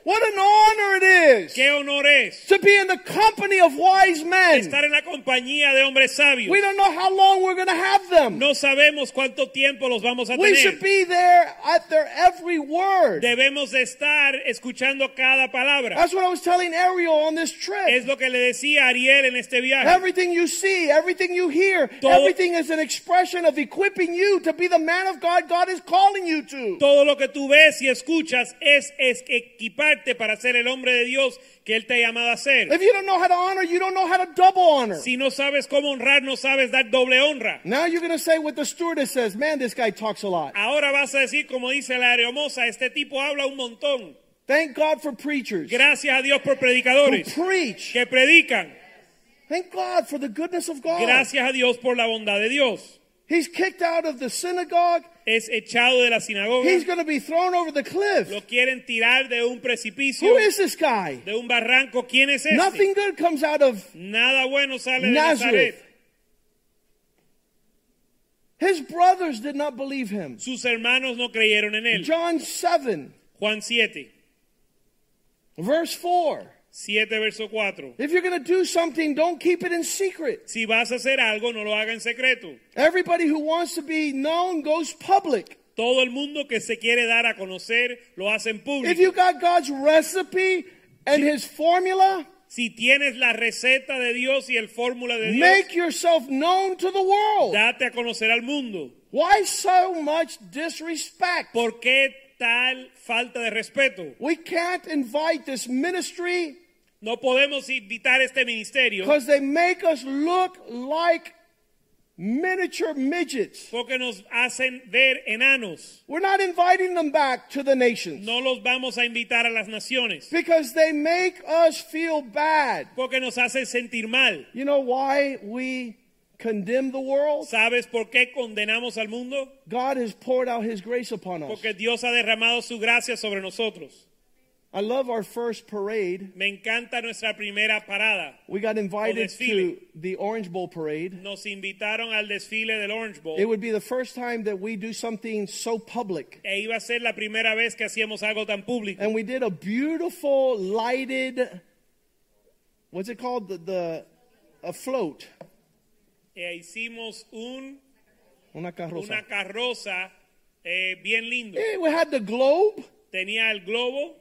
Speaker 3: What an honor it is
Speaker 2: ¡Qué honor es
Speaker 3: to be in the company of wise men.
Speaker 2: estar en la compañía de hombres sabios!
Speaker 3: We don't know how long we're going to have them.
Speaker 2: No sabemos cuánto tiempo los vamos a
Speaker 3: We should
Speaker 2: tener.
Speaker 3: be there at their every word.
Speaker 2: Debemos de estar escuchando cada palabra.
Speaker 3: That's what I was telling Ariel on this
Speaker 2: Es
Speaker 3: trip.
Speaker 2: lo que le decía Ariel en este viaje.
Speaker 3: Everything you see, everything you hear,
Speaker 2: Todo-
Speaker 3: everything is an expression of equipping you to be the man of God God is calling you to.
Speaker 2: Todo lo que tú ves y escuchas es, es equiparte para ser el hombre de Dios que Él te ha llamado a ser.
Speaker 3: If you don't know how to honor, you don't know how to double honor.
Speaker 2: Si no sabes cómo honrar, no sabes dar doble honra.
Speaker 3: Now you're going to say what the stewardess says. Man, this guy talks a lot.
Speaker 2: Ahora vas a decir, como dice la aeromoza, este tipo habla un montón.
Speaker 3: Thank God for preachers
Speaker 2: Gracias a Dios por
Speaker 3: who
Speaker 2: predicadores
Speaker 3: preach.
Speaker 2: que predican.
Speaker 3: Thank God for the goodness of God.
Speaker 2: Gracias a Dios por la bondad de Dios.
Speaker 3: He's kicked out of the synagogue.
Speaker 2: es echado de la sinagoga,
Speaker 3: He's going to be thrown over the cliff.
Speaker 2: lo quieren tirar de un precipicio,
Speaker 3: Who is this guy?
Speaker 2: de un barranco. ¿Quién es este?
Speaker 3: Nothing good comes out of
Speaker 2: Nada bueno sale de
Speaker 3: Nazareth.
Speaker 2: Nazaret.
Speaker 3: His brothers did not believe him.
Speaker 2: Sus hermanos no creyeron en él.
Speaker 3: John 7,
Speaker 2: Juan 7,
Speaker 3: verse 4.
Speaker 2: 7 verso 4.
Speaker 3: If you're going to do something, don't keep it in secret.
Speaker 2: Si vas a hacer algo, no lo haga en secreto.
Speaker 3: Everybody who wants to be known goes public.
Speaker 2: Todo el mundo que se quiere dar a conocer lo hace en público.
Speaker 3: If you got God's recipe and his formula,
Speaker 2: si tienes la receta de Dios y el fórmula de Dios,
Speaker 3: make yourself known to the world.
Speaker 2: date a conocer al mundo.
Speaker 3: Why so much disrespect?
Speaker 2: ¿Por qué tal falta de respeto?
Speaker 3: We can't invite this ministry
Speaker 2: No podemos invitar este ministerio
Speaker 3: because they make us look like miniature midgets.
Speaker 2: porque nos hacen ver enanos.
Speaker 3: We're not inviting them back to the nations
Speaker 2: No los vamos a invitar a las naciones
Speaker 3: because they make us feel bad.
Speaker 2: porque nos hacen sentir mal.
Speaker 3: You know why we condemn the world?
Speaker 2: ¿Sabes por qué condenamos al mundo?
Speaker 3: God has poured out his grace upon us.
Speaker 2: Porque Dios ha derramado su gracia sobre nosotros.
Speaker 3: I love our first parade.
Speaker 2: Me encanta nuestra primera parada.
Speaker 3: We got invited
Speaker 2: desfile.
Speaker 3: to the Orange Bowl parade.
Speaker 2: Nos invitaron al desfile del Orange Bowl.
Speaker 3: It would be the first time that we do something so public.
Speaker 2: E iba a ser la primera vez que hacíamos algo tan público.
Speaker 3: And we did a beautiful lighted what's it called the, the a float.
Speaker 2: E hicimos un,
Speaker 3: Una carroza.
Speaker 2: una carroza eh, bien lindo.
Speaker 3: Eh, we had the globe.
Speaker 2: Tenía el globo.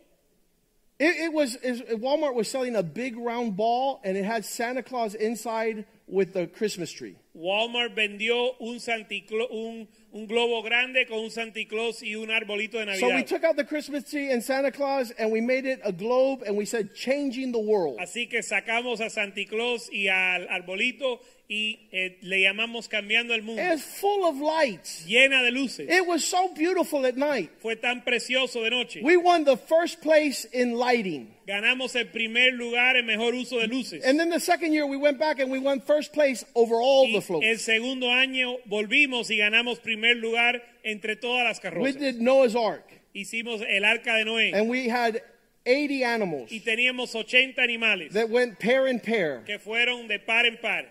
Speaker 3: It, it was is- Walmart was selling a big round ball and it had Santa Claus inside with the Christmas tree.
Speaker 2: Walmart vendió un, Santiclo- un, un globo grande con un Santa Claus y un arbolito de
Speaker 3: So we
Speaker 2: Navidad.
Speaker 3: took out the Christmas tree and Santa Claus and we made it a globe and we said changing the world.
Speaker 2: Así que sacamos a Santa Claus y al arbolito y eh, le llamamos Cambiando el Mundo.
Speaker 3: It's full of lights.
Speaker 2: llena de luces.
Speaker 3: It was so beautiful at night.
Speaker 2: Fue tan precioso de noche.
Speaker 3: We won the first place in lighting.
Speaker 2: Ganamos el primer lugar en mejor uso de luces.
Speaker 3: And then the second year we went back and we won first place over all
Speaker 2: Y
Speaker 3: the floats.
Speaker 2: el segundo año volvimos y ganamos primer lugar entre todas las
Speaker 3: We
Speaker 2: carrozas.
Speaker 3: did Noah's Ark
Speaker 2: Hicimos el arca de Noé
Speaker 3: and we had 80 animals
Speaker 2: y teníamos 80 animales
Speaker 3: that went pair in pair.
Speaker 2: que fueron de par en par.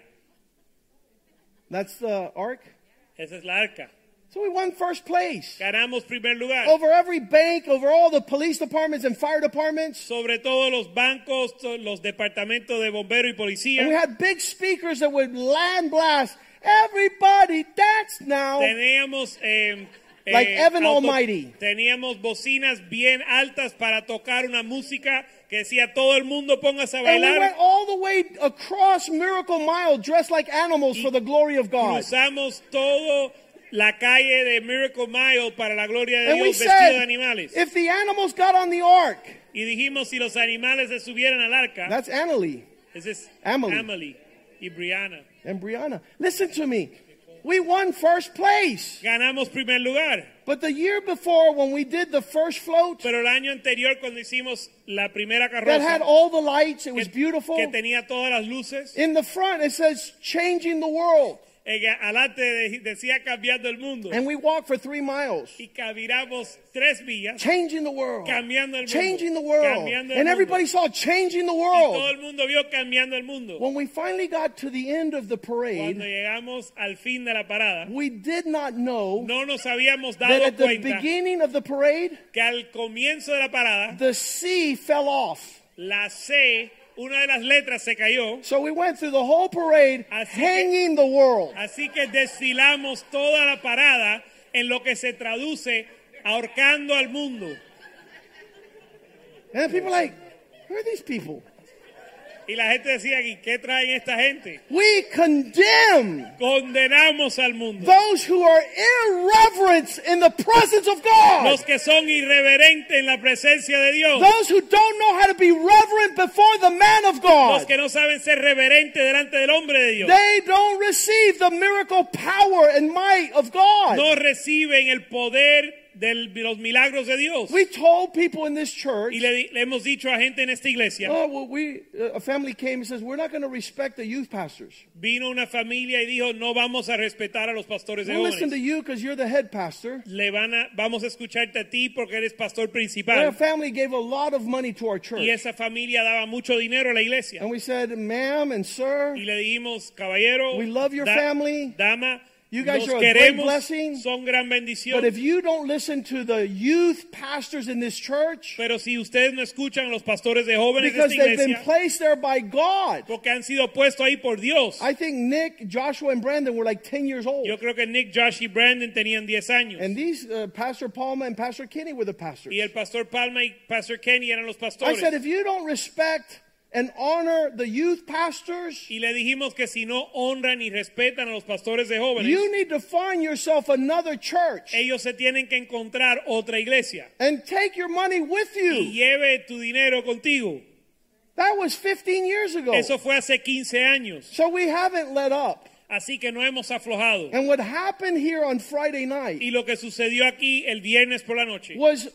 Speaker 3: That's the ark.
Speaker 2: Esa es la arca.
Speaker 3: So we won first place
Speaker 2: Ganamos primer lugar.
Speaker 3: over every bank, over all the police departments and fire departments.
Speaker 2: Sobre todo los bancos, to- los departamentos de bomberos y
Speaker 3: And we
Speaker 2: policía.
Speaker 3: had big speakers that would land blast. Everybody dance now.
Speaker 2: Teníamos. eh, eh,
Speaker 3: Like Evan Almighty.
Speaker 2: Teníamos bocinas bien altas para tocar una música que decía todo el mundo póngase a
Speaker 3: And we
Speaker 2: bailar.
Speaker 3: went all the way across Miracle Mile dressed like animals for the glory of God.
Speaker 2: Cruzamos todo la calle de Miracle Mile para la gloria de
Speaker 3: And we
Speaker 2: Dios vestido de
Speaker 3: said,
Speaker 2: animales.
Speaker 3: if the animals got on the ark,
Speaker 2: y dijimos si los animales se subieran al arca,
Speaker 3: that's Annalie
Speaker 2: ese es
Speaker 3: Emily.
Speaker 2: y Brianna.
Speaker 3: and Brianna. Listen to me. We won first place.
Speaker 2: Ganamos primer lugar,
Speaker 3: But the year before, when we did the first float
Speaker 2: pero el año anterior cuando hicimos la primera
Speaker 3: that
Speaker 2: carroza
Speaker 3: had all the lights, it was
Speaker 2: que,
Speaker 3: beautiful.
Speaker 2: que tenía todas las luces,
Speaker 3: In the front, it says changing the world.
Speaker 2: eh, alante de- decía cambiando el mundo
Speaker 3: And we walked for three miles.
Speaker 2: y caminamos tres millas
Speaker 3: Changing the world.
Speaker 2: Cambiando el mundo.
Speaker 3: Changing the world.
Speaker 2: Cambiando el
Speaker 3: And
Speaker 2: mundo.
Speaker 3: everybody saw changing the
Speaker 2: y todo el
Speaker 3: world.
Speaker 2: mundo vio cambiando el mundo.
Speaker 3: When we finally got to the end of the
Speaker 2: Cuando
Speaker 3: parade,
Speaker 2: llegamos al fin de la parada,
Speaker 3: we did not know
Speaker 2: no nos habíamos
Speaker 3: that
Speaker 2: dado
Speaker 3: at the
Speaker 2: cuenta
Speaker 3: beginning of the parade,
Speaker 2: que al comienzo de la parada,
Speaker 3: the sea fell off.
Speaker 2: la C, una de las letras se cayó,
Speaker 3: So we went through the whole parade
Speaker 2: Así que-
Speaker 3: hanging the world.
Speaker 2: así que desfilamos toda la parada en lo que se traduce ahorcando al mundo.
Speaker 3: And people like, who are these people?
Speaker 2: Y la gente decía, ¿y qué traen esta gente?
Speaker 3: We condemn
Speaker 2: Condenamos al mundo.
Speaker 3: those who are irreverent in the presence of God.
Speaker 2: Los que son irreverentes en la presencia de Dios.
Speaker 3: Those who don't know how to be reverent before the man
Speaker 2: Los
Speaker 3: of God.
Speaker 2: que no saben ser reverentes delante del hombre de Dios.
Speaker 3: They don't receive the miracle power and might of God.
Speaker 2: No reciben el poder del- de los milagros de Dios.
Speaker 3: We told people in this church,
Speaker 2: Y le, di- le hemos dicho a gente en esta iglesia,
Speaker 3: oh, well, we, a family came and says, we're not going to respect the youth pastors.
Speaker 2: vino una familia y dijo, no vamos a respetar a los pastores de
Speaker 3: We'll listen to
Speaker 2: jóvenes.
Speaker 3: you because you're the head pastor.
Speaker 2: Le van a, vamos a escucharte a ti porque eres pastor
Speaker 3: Our
Speaker 2: principal.
Speaker 3: family gave a lot of money to our church.
Speaker 2: Y esa familia daba mucho dinero a la iglesia.
Speaker 3: And we said, ma'am and sir,
Speaker 2: Y le dijimos, caballero,
Speaker 3: We love your
Speaker 2: da-
Speaker 3: family.
Speaker 2: dama,
Speaker 3: You guys
Speaker 2: los
Speaker 3: are a great
Speaker 2: queremos,
Speaker 3: blessing.
Speaker 2: son gran bendición.
Speaker 3: but if you don't listen to the youth pastors in this church,
Speaker 2: Pero si ustedes no escuchan a los pastores de jóvenes de
Speaker 3: because
Speaker 2: esta
Speaker 3: they've been
Speaker 2: iglesia,
Speaker 3: placed there by God.
Speaker 2: porque han sido puestos ahí por Dios.
Speaker 3: I think Nick, Joshua, and Brandon were like 10 years old.
Speaker 2: Yo creo que Nick, Josh y Brandon tenían 10 años.
Speaker 3: And these, uh, Pastor Palma and Pastor Kinney were the pastors.
Speaker 2: y el pastor Palma y pastor Kenny eran los
Speaker 3: I
Speaker 2: pastores.
Speaker 3: said, if you don't respect and honor the youth pastors,
Speaker 2: y le dijimos que si no honran y respetan a los pastores de jóvenes,
Speaker 3: you need to find yourself another church
Speaker 2: ellos se tienen que encontrar otra iglesia.
Speaker 3: and take your money with
Speaker 2: Y
Speaker 3: you.
Speaker 2: lleve tu dinero contigo.
Speaker 3: That was 15 years ago.
Speaker 2: Eso fue hace 15 años.
Speaker 3: So we haven't let up.
Speaker 2: Así que no hemos aflojado.
Speaker 3: And what happened here on Friday night
Speaker 2: Y lo que sucedió aquí el viernes por la noche
Speaker 3: was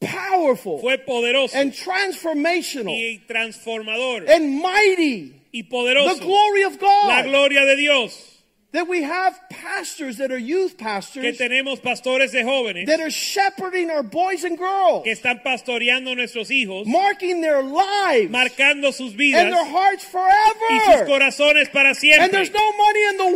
Speaker 3: powerful
Speaker 2: fue poderoso
Speaker 3: and transformational
Speaker 2: y transformador
Speaker 3: and mighty.
Speaker 2: y
Speaker 3: The
Speaker 2: poderoso.
Speaker 3: glory of
Speaker 2: La
Speaker 3: God.
Speaker 2: gloria de Dios.
Speaker 3: That we have pastors that are youth
Speaker 2: Que
Speaker 3: pastors
Speaker 2: tenemos pastores de jóvenes
Speaker 3: that are shepherding our boys and girls,
Speaker 2: que están pastoreando nuestros hijos,
Speaker 3: marking their lives
Speaker 2: marcando sus
Speaker 3: and
Speaker 2: vidas
Speaker 3: their hearts
Speaker 2: y sus
Speaker 3: forever.
Speaker 2: corazones para
Speaker 3: And
Speaker 2: siempre.
Speaker 3: there's no money in the
Speaker 2: Y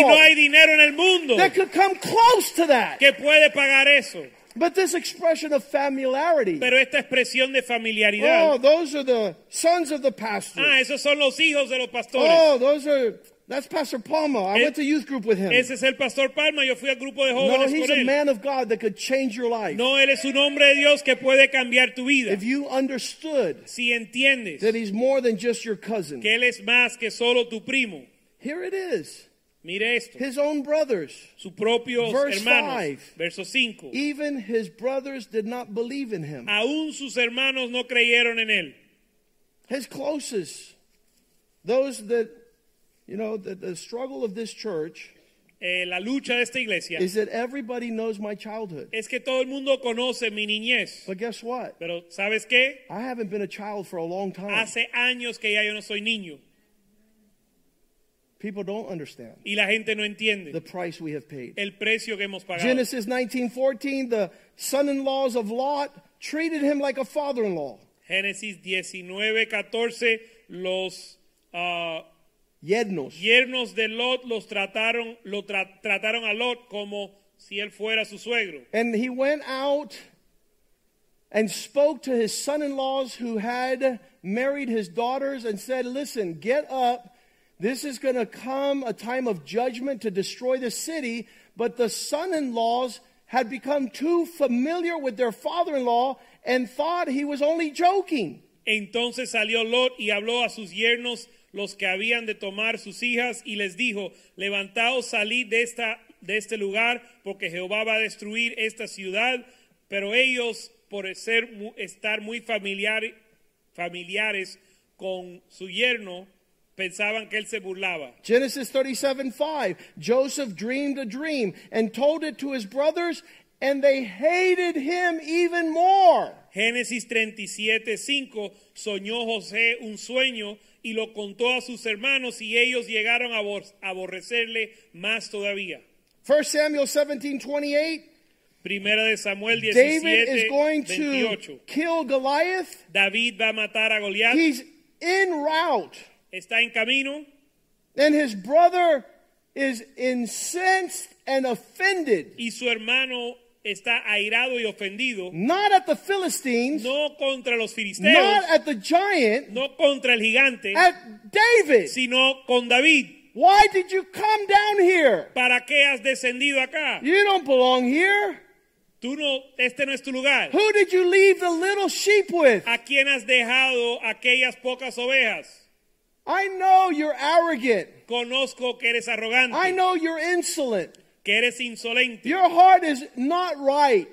Speaker 2: no
Speaker 3: world
Speaker 2: hay dinero en el mundo
Speaker 3: that could come close to that.
Speaker 2: que puede pagar eso.
Speaker 3: But this expression of familiarity
Speaker 2: Pero esta expresión de
Speaker 3: oh,
Speaker 2: familiaridad.
Speaker 3: those are the sons of the pastor.
Speaker 2: Ah, esos son los hijos de los pastores.
Speaker 3: Oh, those are that's Pastor Palma. I
Speaker 2: Eh,
Speaker 3: went to youth group with him.
Speaker 2: Ese es el pastor Palma. Yo fui al grupo de
Speaker 3: No,
Speaker 2: jóvenes
Speaker 3: he's
Speaker 2: con
Speaker 3: a
Speaker 2: él.
Speaker 3: man of God that could change your life.
Speaker 2: No, él es un hombre de Dios que puede cambiar tu vida.
Speaker 3: If you understood
Speaker 2: Si entiendes
Speaker 3: that he's more than just your cousin.
Speaker 2: que él es más que solo tu primo.
Speaker 3: Here it is.
Speaker 2: Mire esto.
Speaker 3: His own brothers.
Speaker 2: Sus propios
Speaker 3: Verse
Speaker 2: hermanos.
Speaker 3: five.
Speaker 2: Verso 5.
Speaker 3: Even his brothers did not believe in him.
Speaker 2: Aún sus hermanos no creyeron en él.
Speaker 3: His closest. Those that you know, the, the struggle of this church
Speaker 2: Eh, la lucha de esta iglesia
Speaker 3: is that everybody knows my childhood.
Speaker 2: es que todo el mundo conoce mi niñez.
Speaker 3: But guess what?
Speaker 2: Pero ¿sabes qué?
Speaker 3: I haven't been a child for a long time.
Speaker 2: Hace años que ya yo no soy niño
Speaker 3: People don't understand
Speaker 2: y la gente no
Speaker 3: the
Speaker 2: entiende
Speaker 3: price we have paid.
Speaker 2: el precio que hemos pagado.
Speaker 3: Genesis 19:14, the son-in-laws of Lot treated him like a father-in-law.
Speaker 2: Génesis 19, 14. Los ah,
Speaker 3: Yednos.
Speaker 2: yernos de Lot los trataron, lo tra- trataron a Lot como si él fuera su suegro.
Speaker 3: And he went out and spoke to his son-in-laws who had married his daughters and said, "Listen, get up. This is going to come a time of judgment to destroy the city." But the son-in-laws had become too familiar with their father-in-law and thought he was only joking.
Speaker 2: Entonces salió Lot y habló a sus yernos, los que habían de tomar sus hijas, y les dijo, levantaos, salid de, esta, de este lugar, porque Jehová va a destruir esta ciudad. Pero ellos, por ser, mu- estar muy familiar, familiares con su yerno, pensaban que él se burlaba.
Speaker 3: Genesis 37 5. Joseph dreamed a dream and told it to his brothers, and they hated him even more.
Speaker 2: Génesis 37, 5, soñó José un sueño y lo contó a sus hermanos y ellos llegaron a abor- aborrecerle más todavía.
Speaker 3: 1 Samuel 17 28.
Speaker 2: Primera de Samuel 17,
Speaker 3: David is going to
Speaker 2: 28.
Speaker 3: kill Goliath.
Speaker 2: David va a matar a Goliat.
Speaker 3: He's en route,
Speaker 2: Está en camino
Speaker 3: and his brother is incensed and offended,
Speaker 2: y su hermano está airado y ofendido.
Speaker 3: not at the Philistines,
Speaker 2: No contra los filisteos,
Speaker 3: not at the giant,
Speaker 2: no contra el gigante,
Speaker 3: at David.
Speaker 2: sino con David.
Speaker 3: Why did you come down here?
Speaker 2: ¿Para qué has descendido acá?
Speaker 3: You don't belong here.
Speaker 2: Tú no, este no es tu lugar.
Speaker 3: Who did you leave the little sheep with?
Speaker 2: ¿A quién has dejado aquellas pocas ovejas?
Speaker 3: I know you're arrogant.
Speaker 2: Conozco que eres
Speaker 3: I
Speaker 2: arrogante,
Speaker 3: know you're insolent.
Speaker 2: que eres insolente.
Speaker 3: Your heart is not right.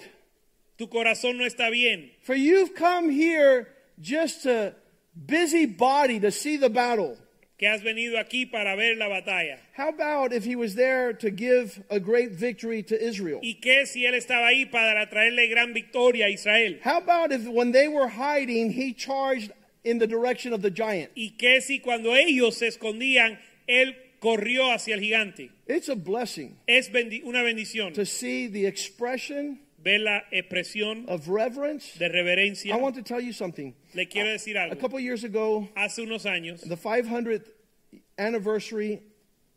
Speaker 2: Tu corazón no está bien.
Speaker 3: For you've come here just to busy body to see the battle.
Speaker 2: que has venido aquí para ver la batalla.
Speaker 3: How about if he was there to give a great victory to Israel?
Speaker 2: ¿Y qué si él estaba ahí para traerle gran victoria a Israel?
Speaker 3: How about if when they were hiding, he charged in the direction of the giant?
Speaker 2: ¿Y qué si cuando ellos se escondían, él corrió hacia el gigante?
Speaker 3: It's a blessing
Speaker 2: Es bendi- una bendición
Speaker 3: to see the expression
Speaker 2: ver la expresión
Speaker 3: of reverence.
Speaker 2: de reverencia.
Speaker 3: oh, I want to tell you something.
Speaker 2: Le quiero decir
Speaker 3: A
Speaker 2: algo.
Speaker 3: couple years ago,
Speaker 2: Hace unos años,
Speaker 3: the 500th anniversary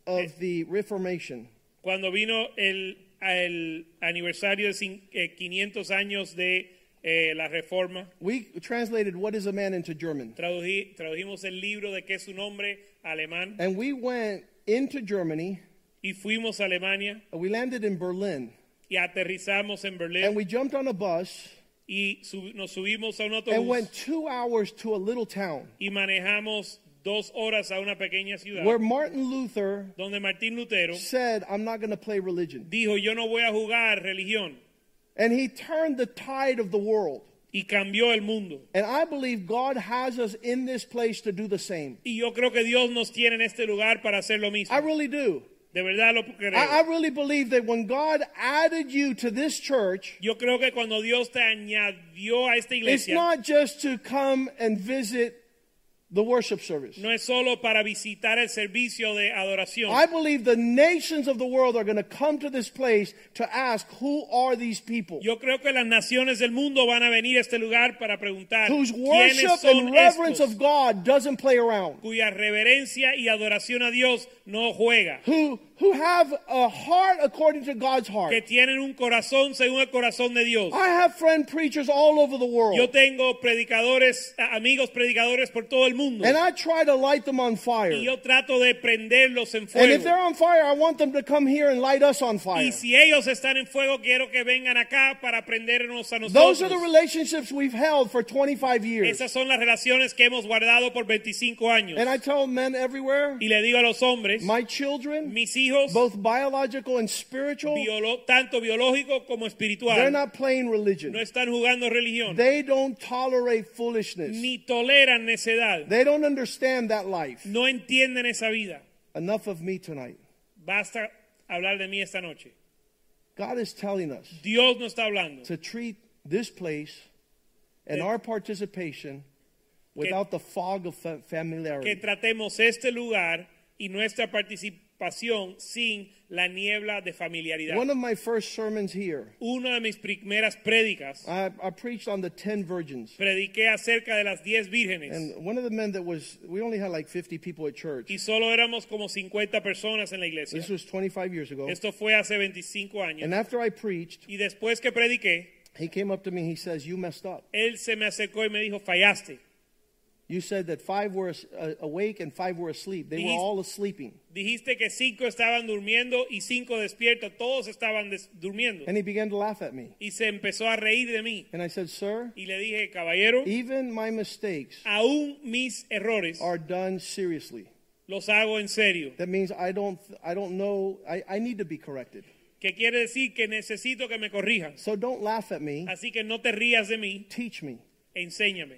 Speaker 3: of the Reformation,
Speaker 2: cuando vino el, el aniversario de cin- eh, 500 años de eh, la reforma,
Speaker 3: we translated What is a Man into German.
Speaker 2: tradují- tradujimos el libro de qué es su nombre alemán
Speaker 3: And we went into Germany,
Speaker 2: y fuimos a Alemania
Speaker 3: and we landed in Berlin,
Speaker 2: y aterrizamos en
Speaker 3: and
Speaker 2: Berlín
Speaker 3: we jumped on a bus
Speaker 2: y sub- nos subimos a un
Speaker 3: and went
Speaker 2: autobús
Speaker 3: two hours to a little town
Speaker 2: y manejamos dos horas a una pequeña ciudad
Speaker 3: where Martin Luther
Speaker 2: donde Martín Lutero
Speaker 3: said, I'm not going to play religion.
Speaker 2: dijo yo no voy a jugar religión
Speaker 3: And he turned the tide of the world.
Speaker 2: y cambió el mundo.
Speaker 3: And I believe God has us in this place to do the same.
Speaker 2: Y yo creo que Dios nos tiene en este lugar para hacer lo mismo.
Speaker 3: I really do.
Speaker 2: De verdad lo creo.
Speaker 3: I, I really believe that when God added you to this church,
Speaker 2: Yo creo que cuando Dios te añadió a esta
Speaker 3: it's
Speaker 2: iglesia,
Speaker 3: not just to come and visit the worship service.
Speaker 2: no es solo para visitar el servicio de adoración.
Speaker 3: I believe the nations of the world are going to come to this place to ask, who are these people?
Speaker 2: Yo creo que las naciones del mundo van a venir a este lugar para preguntar *laughs*
Speaker 3: Whose
Speaker 2: quiénes
Speaker 3: worship
Speaker 2: son
Speaker 3: and reverence
Speaker 2: estos
Speaker 3: of God doesn't play around.
Speaker 2: cuya reverencia y adoración a Dios no juega,
Speaker 3: Who, who have a heart according to God's
Speaker 2: que
Speaker 3: heart.
Speaker 2: tienen un corazón según el corazón de Dios.
Speaker 3: I have friend preachers all over the
Speaker 2: Yo
Speaker 3: world.
Speaker 2: tengo predicadores, a- amigos predicadores por todo el mundo
Speaker 3: And I try to light them on
Speaker 2: y
Speaker 3: fire.
Speaker 2: yo trato de prenderlos en
Speaker 3: And if
Speaker 2: fuego.
Speaker 3: they're on fire, I want them to come here and light us on
Speaker 2: Y
Speaker 3: fire.
Speaker 2: si ellos están en fuego, quiero que vengan acá para prendernos a
Speaker 3: Those are the
Speaker 2: nosotros.
Speaker 3: relationships we've held for 25 years.
Speaker 2: Esas son las relaciones que hemos guardado por 25 años.
Speaker 3: And I tell men everywhere,
Speaker 2: Y le digo a los hombres,
Speaker 3: my children,
Speaker 2: mis hijos,
Speaker 3: both biological and spiritual,
Speaker 2: biolo- tanto biológico como
Speaker 3: they're
Speaker 2: espiritual,
Speaker 3: not playing
Speaker 2: no
Speaker 3: religion.
Speaker 2: están jugando religión,
Speaker 3: They don't tolerate foolishness.
Speaker 2: ni toleran necedad,
Speaker 3: They don't understand that life.
Speaker 2: no entienden esa vida.
Speaker 3: Enough of me tonight.
Speaker 2: Basta hablar de mí esta noche.
Speaker 3: God is telling us
Speaker 2: Dios no está hablando.
Speaker 3: to treat this place and our participation without the fog of fa-
Speaker 2: Que
Speaker 3: familiarity.
Speaker 2: tratemos este lugar y nuestra participación sin la niebla de familiaridad.
Speaker 3: One of my first sermons here,
Speaker 2: Una de mis primeras prédicas
Speaker 3: I, I preached on the 10 virgins.
Speaker 2: prediqué acerca de las 10 vírgenes
Speaker 3: And one of the men that was, we only had like 50 people at church.
Speaker 2: y solo éramos como 50 personas en la iglesia.
Speaker 3: This was 25 years ago.
Speaker 2: Esto fue hace 25 años.
Speaker 3: And after I preached,
Speaker 2: y después que prediqué,
Speaker 3: he came up to me. He says, You messed up.
Speaker 2: él se me acercó y me dijo, fallaste.
Speaker 3: You said that five were as- uh, awake and five were asleep. They were
Speaker 2: He's-
Speaker 3: all sleeping.
Speaker 2: Dijiste que cinco estaban durmiendo y cinco despiertos, todos estaban des- durmiendo.
Speaker 3: And he began to laugh at me.
Speaker 2: Y se empezó a reír de mí.
Speaker 3: And I said, Sir,
Speaker 2: Y le dije, caballero,
Speaker 3: even my mistakes
Speaker 2: aún mis errores
Speaker 3: are done seriously.
Speaker 2: los hago en serio.
Speaker 3: That means I don't, I don't know, I, I need to be corrected.
Speaker 2: Que quiere decir que necesito que me corrijas.
Speaker 3: So don't laugh at me,
Speaker 2: Así que no te rías de mí,
Speaker 3: teach me.
Speaker 2: enséñame.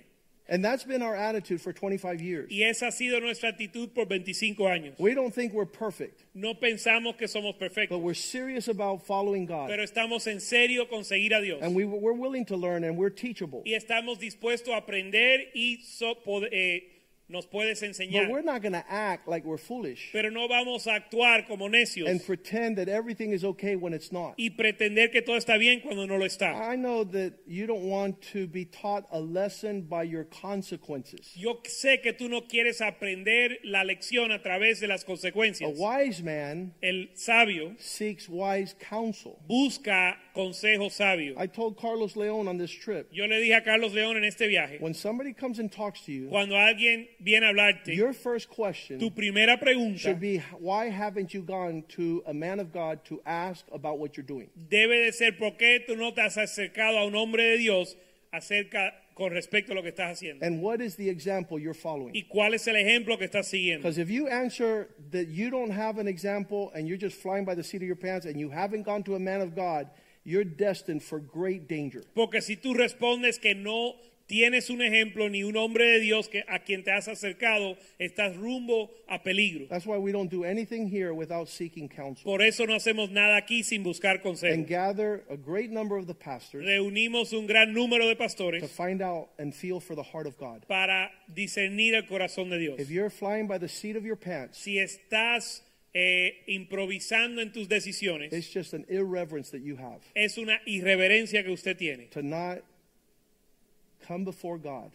Speaker 3: And that's been our attitude for 25 years.
Speaker 2: Y esa ha sido nuestra actitud por 25 años.
Speaker 3: We don't think we're perfect,
Speaker 2: No pensamos que somos
Speaker 3: but
Speaker 2: perfectos,
Speaker 3: we're serious about following God.
Speaker 2: pero estamos en serio con seguir a Dios.
Speaker 3: And we, we're willing to learn and we're teachable.
Speaker 2: Y estamos dispuestos a aprender y so- pod- eh, nos puedes
Speaker 3: But we're
Speaker 2: enseñar.
Speaker 3: not going to act like we're foolish
Speaker 2: Pero no vamos a actuar como necios
Speaker 3: and pretend that everything is okay when it's not.
Speaker 2: y pretender que todo está bien cuando no lo está.
Speaker 3: I know that you don't want to be taught a lesson by your consequences.
Speaker 2: Yo sé que tú no quieres aprender la lección a través de las
Speaker 3: A
Speaker 2: consecuencias.
Speaker 3: wise man
Speaker 2: El sabio
Speaker 3: seeks wise counsel.
Speaker 2: busca consejo sabio.
Speaker 3: I told Carlos Leon on this trip
Speaker 2: Yo le dije a Carlos León en este viaje,
Speaker 3: when somebody comes and talks to you,
Speaker 2: cuando alguien viene a hablarte,
Speaker 3: your first
Speaker 2: tu
Speaker 3: question
Speaker 2: primera pregunta
Speaker 3: should be why haven't you gone to a man of God to ask about what you're doing?
Speaker 2: debe de ser por qué tú no te has acercado a un hombre de Dios acerca con respecto a lo que estás haciendo
Speaker 3: And what is the example you're following?
Speaker 2: y cuál es el ejemplo que estás siguiendo.
Speaker 3: Because if you answer that you don't have an example and you're just flying by the seat of your pants and you haven't gone to a man of God, you're destined for great danger.
Speaker 2: Porque si tú respondes que no tienes un ejemplo ni un hombre de Dios que, a quien te has acercado, estás rumbo a peligro.
Speaker 3: That's why we don't do anything here without seeking counsel
Speaker 2: Por eso no hacemos nada aquí sin buscar
Speaker 3: and
Speaker 2: consejo.
Speaker 3: gather a great number of the pastors
Speaker 2: Reunimos un gran número de
Speaker 3: to
Speaker 2: pastores
Speaker 3: find out and feel for the heart of God.
Speaker 2: para discernir el corazón de Dios.
Speaker 3: If you're flying by the seat of your pants,
Speaker 2: Si estás eh, improvisando en tus decisiones,
Speaker 3: it's just an irreverence that you have
Speaker 2: es una irreverencia que usted tiene
Speaker 3: to not come before God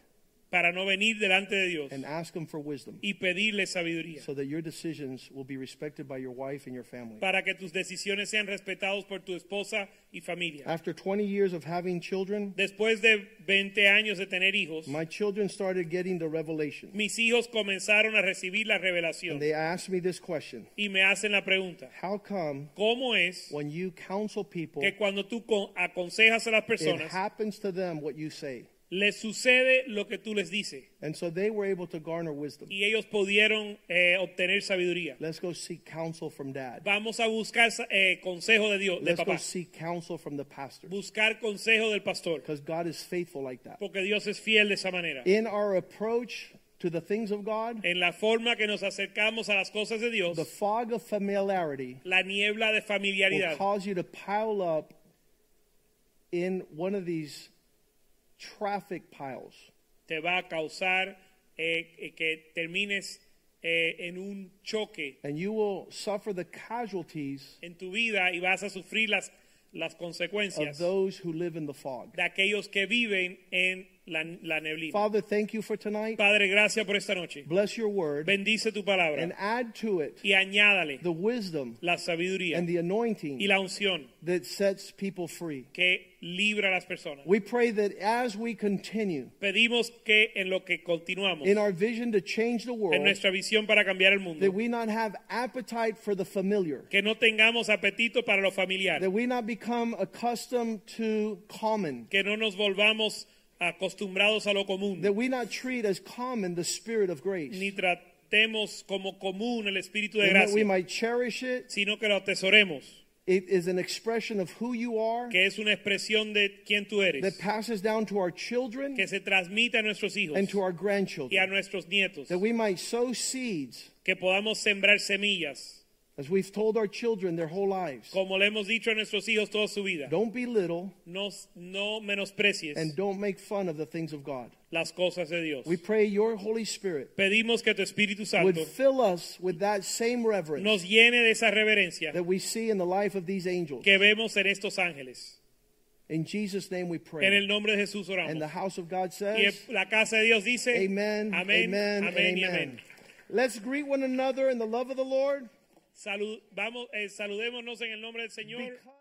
Speaker 2: para no venir delante de Dios
Speaker 3: and ask Him for wisdom
Speaker 2: y pedirle sabiduría
Speaker 3: so that your decisions will be respected by your wife and your family.
Speaker 2: para que tus decisiones sean respetadas por tu esposa y familia.
Speaker 3: After 20 years of having children,
Speaker 2: Después de 20 años de tener hijos,
Speaker 3: my children started getting the revelation.
Speaker 2: mis hijos comenzaron a recibir la
Speaker 3: And
Speaker 2: revelación
Speaker 3: they asked me this question
Speaker 2: y me hacen la pregunta,
Speaker 3: How come
Speaker 2: ¿cómo es
Speaker 3: when you counsel people,
Speaker 2: que cuando tú con- aconsejas a las
Speaker 3: it
Speaker 2: personas,
Speaker 3: happens to them what you say?
Speaker 2: les sucede lo que tú les dices?
Speaker 3: And so they were able to garner wisdom.
Speaker 2: Y ellos pudieron eh, obtener sabiduría.
Speaker 3: Let's go seek counsel from dad.
Speaker 2: Vamos a buscar eh, consejo de Dios, de
Speaker 3: Let's go
Speaker 2: papá.
Speaker 3: seek counsel from the pastor.
Speaker 2: Buscar consejo del pastor,
Speaker 3: Because God is faithful like that.
Speaker 2: porque Dios es fiel de esa manera.
Speaker 3: In our approach to the things of God,
Speaker 2: En la forma que nos acercamos a las cosas de
Speaker 3: the
Speaker 2: Dios,
Speaker 3: fog of familiarity
Speaker 2: la niebla de
Speaker 3: will
Speaker 2: familiaridad
Speaker 3: cause you to pile up in one of these traffic piles.
Speaker 2: te va a causar eh, eh, que termines eh, en un choque
Speaker 3: And you will suffer the casualties
Speaker 2: en tu vida y vas a sufrir las, las
Speaker 3: of
Speaker 2: consecuencias de
Speaker 3: those who live in the fog.
Speaker 2: aquellos que viven en la, la neblina.
Speaker 3: Father, thank you for tonight.
Speaker 2: Padre, gracias por esta noche.
Speaker 3: Bless your word
Speaker 2: Bendice tu
Speaker 3: and
Speaker 2: palabra
Speaker 3: add to it
Speaker 2: y añádale
Speaker 3: the wisdom
Speaker 2: la sabiduría
Speaker 3: and the
Speaker 2: y
Speaker 3: anointing
Speaker 2: la unción
Speaker 3: that sets people free.
Speaker 2: que libra a las personas.
Speaker 3: We pray that as we continue
Speaker 2: Pedimos que en lo que continuamos,
Speaker 3: in our vision to change the
Speaker 2: en
Speaker 3: world,
Speaker 2: nuestra visión para cambiar el mundo,
Speaker 3: that we not have appetite for the familiar,
Speaker 2: que no tengamos apetito para lo familiar,
Speaker 3: that we not become accustomed to common,
Speaker 2: que no nos volvamos acostumbrados a lo común,
Speaker 3: that we not treat as common the spirit of
Speaker 2: ni
Speaker 3: grace,
Speaker 2: tratemos como común el Espíritu de
Speaker 3: and that we
Speaker 2: gracia,
Speaker 3: might cherish it.
Speaker 2: sino que lo atesoremos,
Speaker 3: It is an expression of who you are
Speaker 2: que es una expresión de quién tú
Speaker 3: that
Speaker 2: eres,
Speaker 3: passes down to our children
Speaker 2: que se transmite a nuestros hijos
Speaker 3: and to our
Speaker 2: y a
Speaker 3: grandchildren,
Speaker 2: nuestros nietos,
Speaker 3: that we might sow seeds,
Speaker 2: que podamos sembrar semillas,
Speaker 3: as we've told our children their whole lives.
Speaker 2: como le hemos dicho a nuestros hijos toda su vida.
Speaker 3: Don't belittle
Speaker 2: Nos- no menosprecies
Speaker 3: and don't make fun of the things of God.
Speaker 2: las cosas de Dios.
Speaker 3: We pray your Holy Spirit
Speaker 2: Pedimos que tu Espíritu
Speaker 3: would
Speaker 2: Santo
Speaker 3: fill us with that same reverence
Speaker 2: nos llene de esa reverencia
Speaker 3: that we see in the life of these angels.
Speaker 2: que vemos en estos ángeles.
Speaker 3: In Jesus' name we
Speaker 2: En el
Speaker 3: pray.
Speaker 2: nombre de Jesús
Speaker 3: And the
Speaker 2: oramos.
Speaker 3: house of
Speaker 2: Y
Speaker 3: God says,
Speaker 2: la casa de Dios dice,
Speaker 3: Amen,
Speaker 2: amén,
Speaker 3: amen,
Speaker 2: amén y
Speaker 3: amen.
Speaker 2: amén.
Speaker 3: Let's greet one another in the love of the Lord.
Speaker 2: Salud, vamos, eh, saludémonos en el nombre del Señor.
Speaker 3: because-